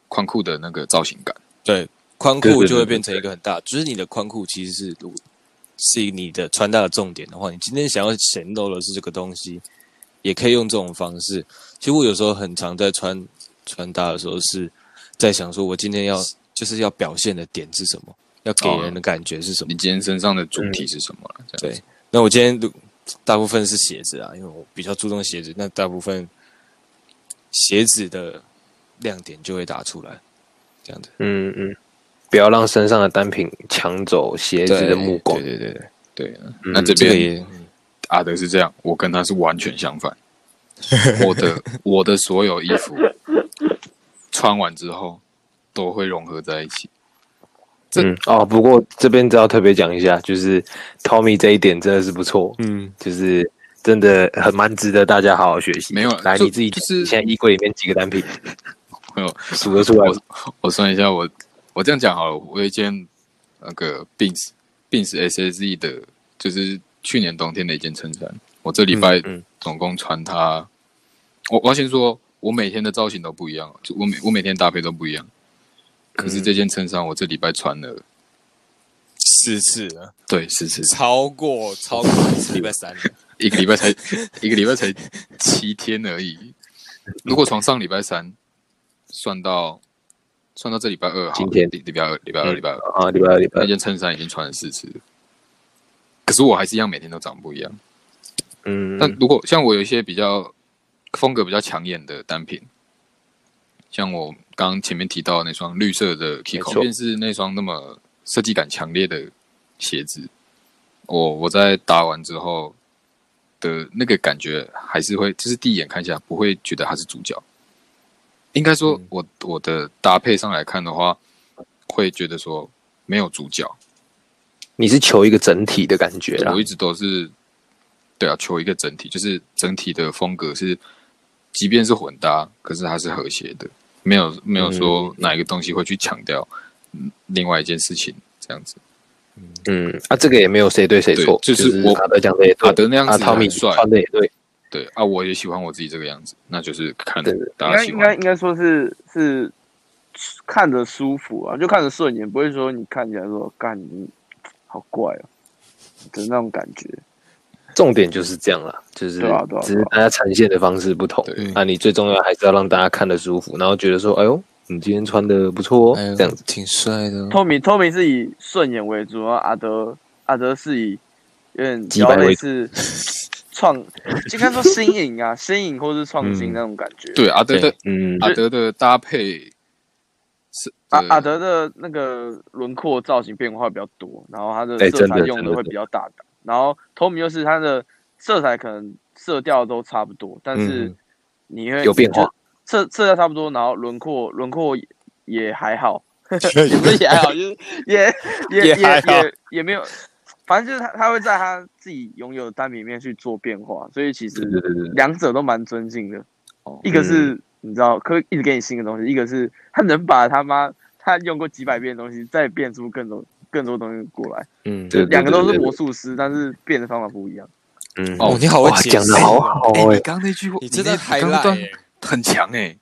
宽裤的那个造型感。对，宽对裤对就对会对变成一个很大，就是你的宽裤其实是是你的穿搭的重点的话，你今天想要显露的是这个东西，也可以用这种方式。其实我有时候很常在穿穿搭的时候是在想说，我今天要就是要表现的点是什么，要给人的感觉是什哦么。你今天身上的主体是什么了？这样嗯对，那我今天如大部分是鞋子啊，因为我比较注重鞋子，那大部分鞋子的亮点就会打出来，这样子。嗯嗯，不要让身上的单品抢走鞋子的目光。嗯对对对对，对，那这这个边也阿德是这样，我跟他是完全相 反。我的我的所有衣服穿完之后都会融合在一起。这嗯哦，不过这边只要特别讲一下，就是 Tommy 这一点真的是不错，嗯，就是真的很蛮值得大家好好学习。没有啊来就你自己就讲，是你现在衣柜里面几个单品没有， 数得出来吗？我算一下，我我这样讲好了，我有一件那个 Beans Beans S S E 的，就是去年冬天的一件衬衫，我这礼拜嗯嗯总共穿它。我我要先说，我每天的造型都不一样，就我每我每天搭配都不一样。可嗯是这件衬衫我这礼拜穿了，四次了，对，是是，是超过超过是礼拜三了，一个礼 拜才一个礼拜才七天而已。如果从上礼拜三算到算到这礼拜二好了，今天礼礼拜二，礼拜二，嗯礼拜二，啊，礼拜二、礼拜那二，件衬衫已经穿了四次了，可是我还是一样每天都长不一样。嗯，但如果像我有一些比较风格比较抢眼的单品，像我刚刚前面提到的那双绿色的 Kiko，错便是那双那么设计感强烈的鞋子，我我在搭完之后的那个感觉还是会，就是第一眼看一下不会觉得它是主角。应该说嗯我，我的搭配上来看的话，会觉得说没有主角，你是求一个整体的感觉啦我一。直都是，对啊，求一个整体，就是整体的风格是，即便是混搭，可是它是和谐的，没有没有说哪一个东西会去强调嗯另外一件事情这样子。嗯，啊，这个也没有谁对谁对错，就是是我阿德讲的也对，阿德那样子啊，Tommy 很帅穿的也对，对啊，我也喜欢我自己这个样子，那就是看对 大应家该喜应该欢应。该说是是看着舒服啊，就看着顺眼，不会说你看起来说干你好怪哦、的那种感觉。重点就是这样啦，就是对啊对啊只是大家呈现的方式不同对。那你最重要还是要让大家看得舒服，然后觉得说，哎呦，你今天穿的不错哎哎哦，这样子。挺帅的哦。托米托米是以顺眼为主，然后阿德阿德是以有点比击较败类为似创，应该说新颖啊，新颖或是创新嗯那种感觉。对啊阿德的嗯，阿德的搭配是阿呃啊阿德的那个轮廓造型变化比较多，然后他的哎色真彩的用真的的会比较大胆。然后 Tommy 又是他的色彩可能色调都差不多，但是嗯你会有变化，色色调差不多，然后轮廓轮廓也也还好，也不是 也还好，就是 也也也也还好也也没有，反正就是他他会在他自己拥有的单品里面去做变化，所以其实对对对对，两者都蛮尊敬的哦。一个是、嗯你知道，可以一直给你新的东西；一个是他能把他妈他用过几百遍的东西，再变出更多更多东西过来。嗯，对两个都是魔我。术师，但是变的方法不一样。嗯，哦哦，你好会哇解释讲的好好哎、哎你，刚刚那句话，你真的你那还刚刚那烂段很强哎、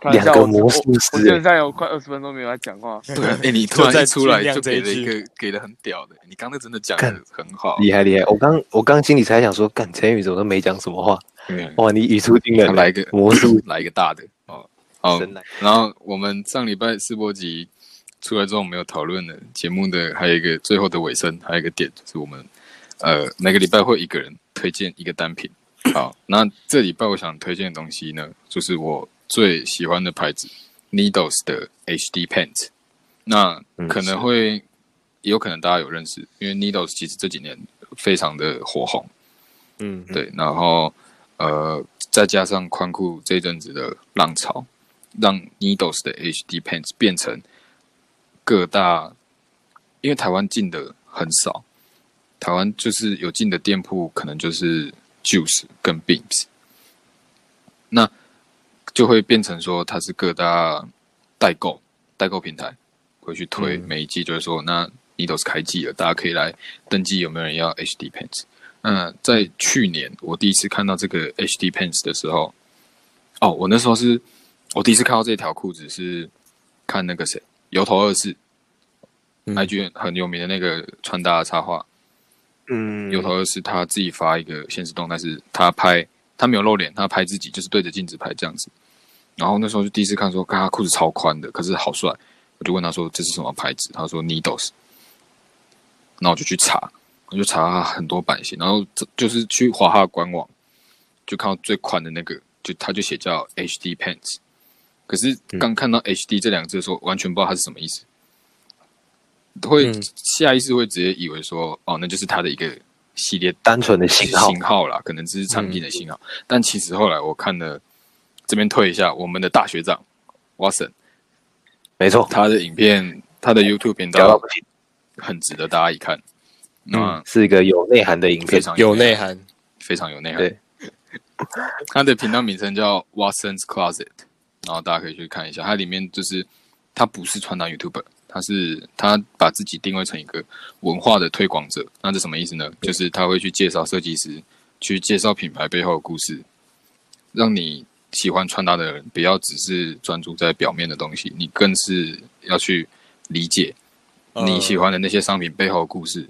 看一下两个我魔术师我我欸基本上有快二十分钟没有在讲话。 对啊，哎、你突然就在一出来酝酿就给了这一一句个给的很屌的，你刚刚那真的讲的很好，厉害厉害！我刚我刚心里才想说，干陈宇怎么都没讲什么话？对哇，你语出惊人他，来一个魔术来一个大的哦。好，神来。然后我们上礼拜世博集出来之后，我们有讨论了节目的还有一个最后的尾声，还有一个点就是我们呃每个礼拜会一个人推荐一个单品，好，那这礼拜我想推荐的东西呢，就是我最喜欢的牌子 Needles 的 HD Paint。那可能会，也有可能大家有认识，因为 Needles 其实这几年非常的火红。嗯，对，然后呃，再加上宽裤这一阵子的浪潮，让 Needles 的 HD Pants 变成各大，因为台湾进的很少，台湾就是有进的店铺可能就是 Juice 跟 Beams，那就会变成说它是各大代购代购平台会去推，每一季就是说那 Needles 开季了，大家可以来登记有没有人要 HD Pants。嗯，在去年我第一次看到这个 HD Pants 的时候，哦，我那时候是我第一次看到这条裤子是看那个谁油头二世、IG 很有名的那个穿搭插画，嗯油头二世他自己发一个现实动态，是他拍他没有露脸，他拍自己就是对着镜子拍这样子。然后那时候就第一次看说，看他裤子超宽的，可是好帅，我就问他说这是什么牌子，他说 Needles。那我就去查，我就查他很多版型，然后这就是去华哈官网，就看到最宽的那个，就他就写叫 HD Pants。可是刚看到 HD 这两个字的时候，完全不知道它是什么意思，会嗯下意识会直接以为说，哦，那就是它的一个系列单纯的型号型号啦，可能只是产品的型号。但其实后来我看了，这边退一下，我们的大学长 Watson 没错，他的影片，他的 YouTube 频屌到道不行，很值得大家一看，那是一个嗯有内涵的影嗯非片。常有内涵，非常有内 涵。对，他的频道名称叫 Watson's Closet，然后大家可以去看一下。它里面就是他不是穿搭 YouTuber，他是他把自己定位成一个文化的推广者。那这什么意思呢？就是他会去介绍设计师，去介绍品牌背后的故事，让你喜欢穿搭的人不要只是专注在表面的东西，你更是要去理解你喜欢？欢的那些商品背后的故事。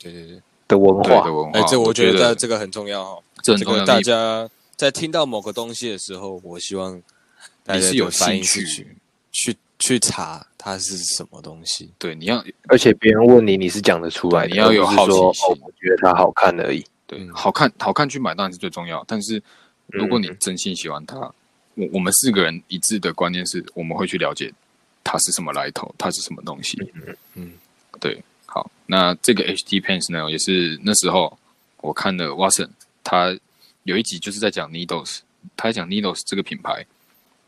对对对，的文对化的，文化，哎，这我觉觉得这个很重要哦。这很这重个要。大你家在听到某个东西的时候，我希望大你家是有的反兴应是去趣，去去查它是什么东西。对，你要而且别人问你，你是讲得出来的，对你要有而不是好奇说心哦，我觉得它好看而已。对，嗯好看好看去买当然是最重要，但是如果你真心喜欢它，我我们四个人一致的观念是，我们会去了解它是什么来头，它是什么东西。嗯，对，好，那这个 HD Pants 呢，也是那时候我看了 Watson，他有一集就是在讲 Needles，他在讲 Needles 这个品牌，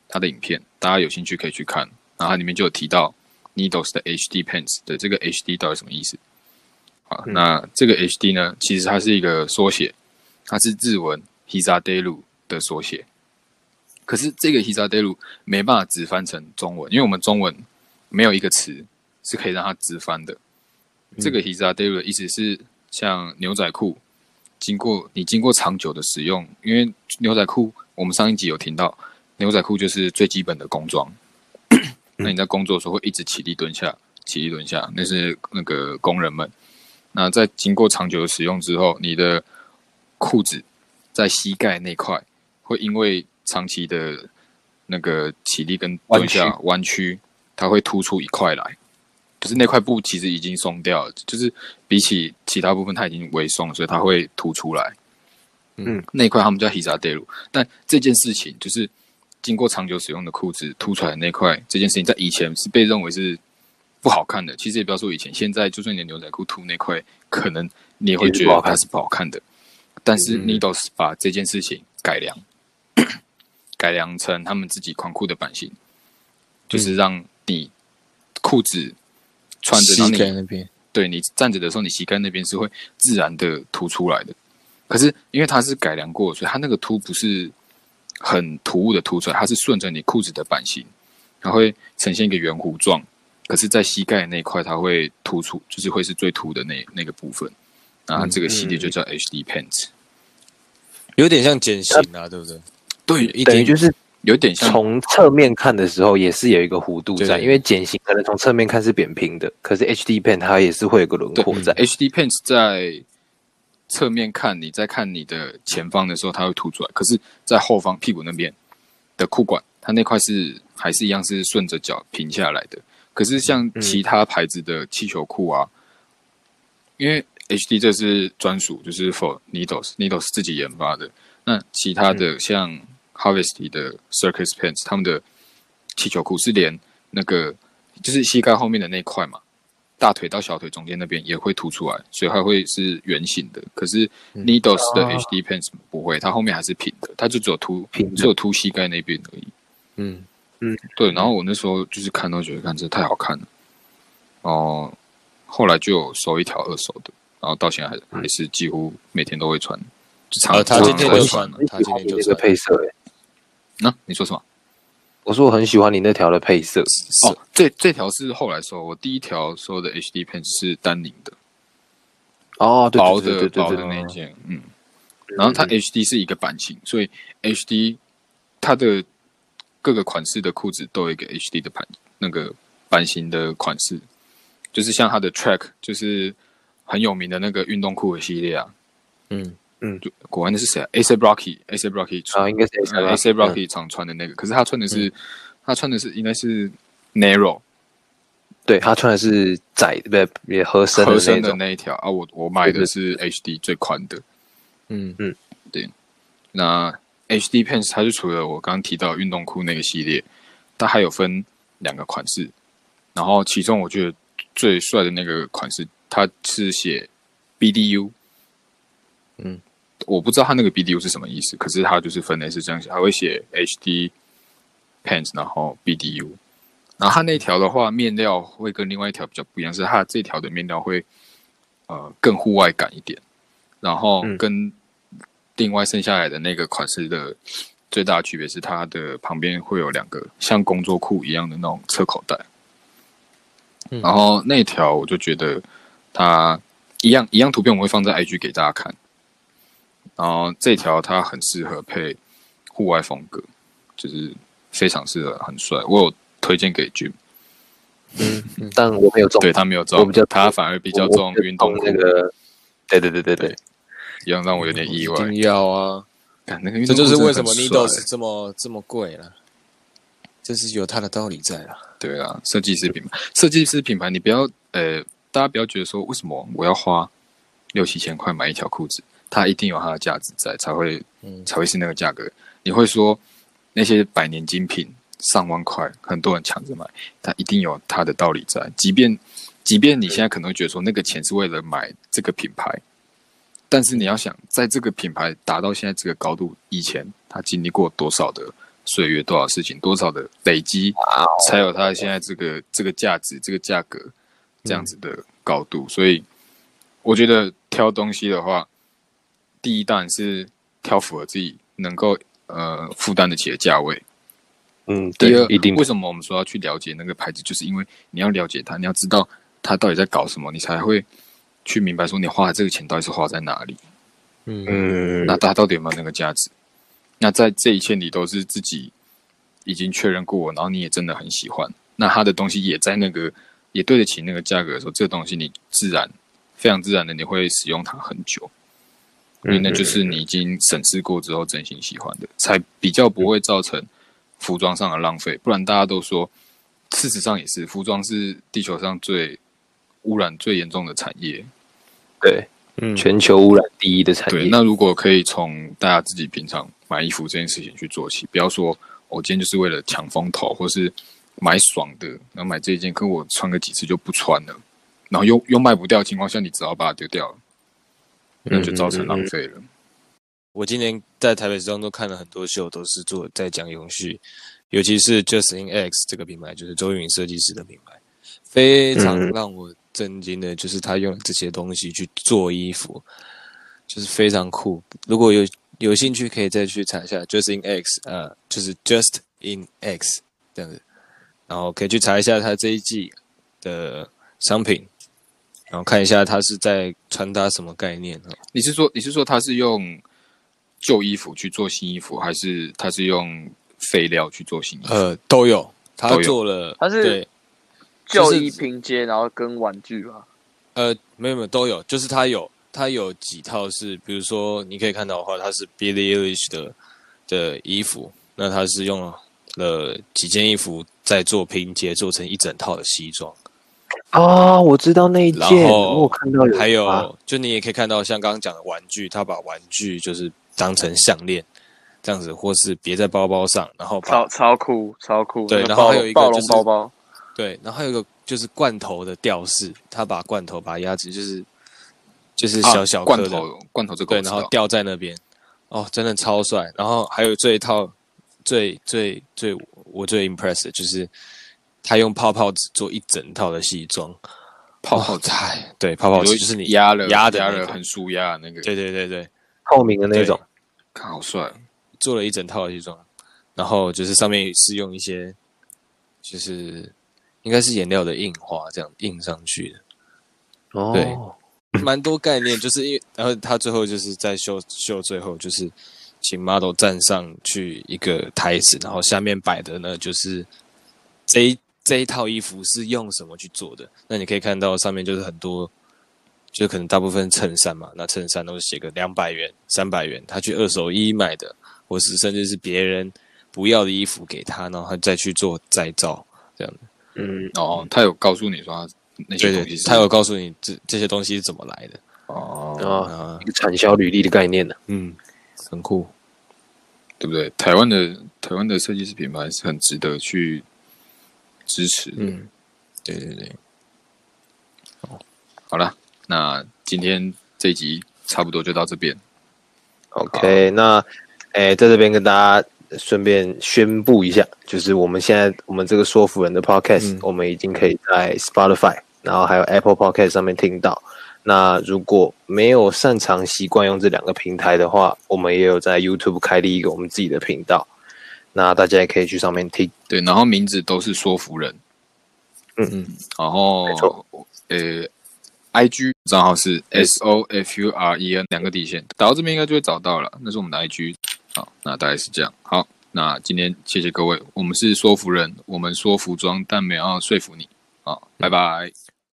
他的影片，大家有兴趣可以去看。然后它里面就有提到 Needles 的 HD Pants 的这个 HD 到底什么意思？好，那这个 HD 呢，其实它是一个缩写，它是日文 Hizadelu 的缩写。可是这个 Hizadelu 没办法直翻成中文，因为我们中文没有一个词是可以让它直翻的。这个 Hizadelu 的意思是像牛仔裤，经过你经过长久的使用，因为牛仔裤我们上一集有听到，牛仔裤就是最基本的工装。嗯那你在工作的时候会一直起立蹲下，起立蹲下，那是那个工人们。那在经过长久的使用之后，你的裤子在膝盖那块会因为长期的那个起立跟蹲下弯曲，它会突出一块来。就是那块布其实已经松掉了，就是比起其他部分它已经微松了，所以它会凸出来。嗯，那一块他们叫 hisa d e l 但这件事情就是经过长久使用的裤子凸出来的那块，这件事情在以前是被认为是不好看的。其实也不要说以前，现在就算你的牛仔裤凸那块，可能你也会觉得它是不好看嗯的。但是 Needles 把这件事情改良， 改良成他们自己宽裤的版型，就是让你裤子穿着，膝让你盖那边，对你站着的时候，你膝盖那边是会自然的凸出来的。可是因为它是改良过，所以它那个凸不是很突兀的凸出来，它是顺着你裤子的版型，它会呈现一个圆弧状。可是，在膝盖那一块，它会突出，就是会是最凸的那那个部分。那它这个系列就叫 HD Pants，、有点像减刑啊，对不对？对，一等于点就是有点像从侧面看的时候，也是有一个弧度对在，对因为减型可能从侧面看是扁平的，可是 HD pen 它也是会有个轮廓在。 HD Pants 在侧面看，你在看你的前方的时候，它会凸出来；可是，在后方屁股那边的裤管，它那块是还是一样是顺着脚平下来的。可是像其他牌子的气球裤啊，因为 HD 这是专属，就是 for Needles Needles 自己研发的，那其他的像 Harvesty 的 Circus Pants，他们的气球裤是连那个就是膝盖后面的那块嘛，大腿到小腿中间那边也会凸出来，所以它会是圆形的。可是嗯 Needles 的 HD Pants 不会，它后面还是平的，它就只有凸平的只有凸膝盖那边而已。嗯，对，然后我那时候就是看都觉得看这太好看了，哦，后来就有收一条二手的，然后到现在还还是几乎每天都会穿，就常呃，他今天常常就穿穿了了。很，他喜今欢天你就那个穿配色、欸，那你说什么？我说我很喜欢你那条的配色，哦，这这条是后来收，我第一条收的 HD pen 是丹宁的，哦，对薄对的对对薄对的那一对，件，嗯，然后它 HD 是一个版型，所以 HD 它的各个款式的裤子都有一个 HD 的版那个版型的款式，就是像它的 Track 就是很有名的那个运动裤的系列啊，嗯就果然那是谁、啊、？AC Rocky，AC Rocky 出然后应该是哦 S 嗯呃 AC Rocky 常穿的那个，可是他穿的是、他穿的是应该是 Narrow。对他穿的是窄的，不也合身的合那身的种，那一条啊，我我买的是 HD 最宽的。嗯那 HD pants 它就除了我刚刚提到运动裤那个系列，它还有分两个款式，然后其中我觉得最帅的那个款式，它是写 BDU。嗯，我不知道它那个 BDU 是什么意思，可是它就是分类是这样写，它会写 HD pants，然后 BDU。然后它那条的话，面料会跟另外一条比较不一样，是它这条的面料会呃更户外感一点，然后跟另外剩下来的那个款式的最大的区别是，它的旁边会有两个像工作裤一样的那种侧口袋。嗯然后那条我就觉得它一样一样图片我会放在 IG 给大家看。然后这条它很适合配户外风格，就是非常适合，很帅。我有推荐给 Jim，但我没有中，对他没有我中比较，他反而比较我重运动裤那，个，对对对对对，一样让我有点意外一。定要啊！干那个运这动裤就是真的为什么很帅欸 Needles 这么这么贵了，就是有它的道理在了。对啊，设计师品牌，设计师品牌，你不要呃，大家不要觉得说为什么我要花六七千块买一条裤子，它一定有它的价值在，才会嗯才会是那个价格。你会说那些百年精品上万块，很多人抢着买，它一定有它的道理在。即便即便你现在可能会觉得说那个钱是为了买这个品牌，但是你要想，在这个品牌达到现在这个高度以前，它经历过多少的岁月，多少事情，多少的累积，啊才有它现在这个这个价值、这个价格这嗯样子的高度。所以，我觉得挑东西的话，第一当然是挑符合自己能够呃负担得起的价位。嗯，第对二，，一定为什么我们说要去了解那个牌子，就是因为你要了解它，你要知道它到底在搞什么，你才会去明白说你花的这个钱到底是花在哪里。嗯嗯，那它到底有没有那个价值？那在这一切你都是自己已经确认过，然后你也真的很喜欢，那它的东西也在那个也对得起那个价格的时候，这个东西你自然非常自然的你会使用它很久，因为那就是你已经审视过之后真心喜欢的，才比较不会造成服装上的浪费。不然大家都说，事实上也是，服装是地球上最污染最严重的产业，对，嗯全球污染第一的产对，业，那如果可以从大家自己平常买衣服这件事情去做起，不要说我、今天就是为了抢风头，或是买爽的，然后买这一件，可我穿个几次就不穿了，然后又又卖不掉的情况下，你只好把它丢掉了，那就造成浪费了。我今年在台北时装周看了很多秀，都是做在讲永续，尤其是 Just in X 这个品牌，就是周云设计师的品牌，非常嗯让我震惊的，就是他用这些东西去做衣服，就是非常酷。如果有有兴趣，可以再去查一下 Just in X，呃，就是 Just in X 这样子，然后可以去查一下他这一季的商品，然后看一下他是在传达什么概念哦。你是说你是说它是用旧衣服去做新衣服，还是它是用废料去做新衣服？呃，都有，他都有做了，他是对，就旧是衣拼接，然后跟玩具啊吧。呃，没有没有都有，就是他有他有几套是，比如说你可以看到的话，它是 Billie Eilish 的的衣服，那他是用了几件衣服再做拼接，做成一整套的西装，啊，我知道那一然件，后我有看到还发有就你也可以看到像刚刚讲的玩具，他把玩具就是当成项链，这样子，或是别在包包上，然后把超超酷，超酷。对那然后暴还有一个暴就龙是包包，对，然后还有一个就是罐头的吊饰，他把罐头把它压制，就是就是小小啊颗罐的，头，罐头这个对，我知然后道。吊在那边，哦，真的超帅。然后还有这一套最最最我最 impress 的就是他用泡泡纸做一整套的西装，泡泡纸太对泡泡纸比如就是你压了压的压那了个很舒压的那个，对对对对，透明的那种，看好帅哦。做了一整套的西装，然后就是上面是用一些就是应该是颜料的印花这样印上去的。对哦，蛮多概念，就是因为然后他最后就是在秀秀最后就是请 model 站上去一个台子，然后下面摆的呢就是这一这一套衣服是用什么去做的。那你可以看到上面就是很多，就是可能大部分衬衫嘛，那衬衫都是写个两百元、三百元，他去二手衣买的，或是甚至是别人不要的衣服给他，然后他再去做再造。嗯，哦，他有告诉你说他那对些东对西，是他有告诉你这这些东西是怎么来的哦，啊，啊，一个产销履历的概念呢，嗯，很酷。对不对？台湾的台湾的设计师品牌是很值得去支持的。嗯，对对对，好了，那今天这一集差不多就到这边。 OK，那诶、在这边跟大家顺便宣布一下，就是我们现在我们这个说服人的 Podcast，、嗯我们已经可以在 Spotify，然后还有 Apple Podcast 上面听到。那如果没有擅长习惯用这两个平台的话，我们也有在 YouTube 开立一个我们自己的频道，那大家也可以去上面听。对，然后名字都是说服人。嗯嗯，然后没错呃，I G 账号是 S O F U R E N 两个底线，打到这边应该就会找到了，那是我们的 I G。好，那大概是这样。好，那今天谢谢各位，我们是说服人，我们说服装，但没有要说服你。好，拜拜。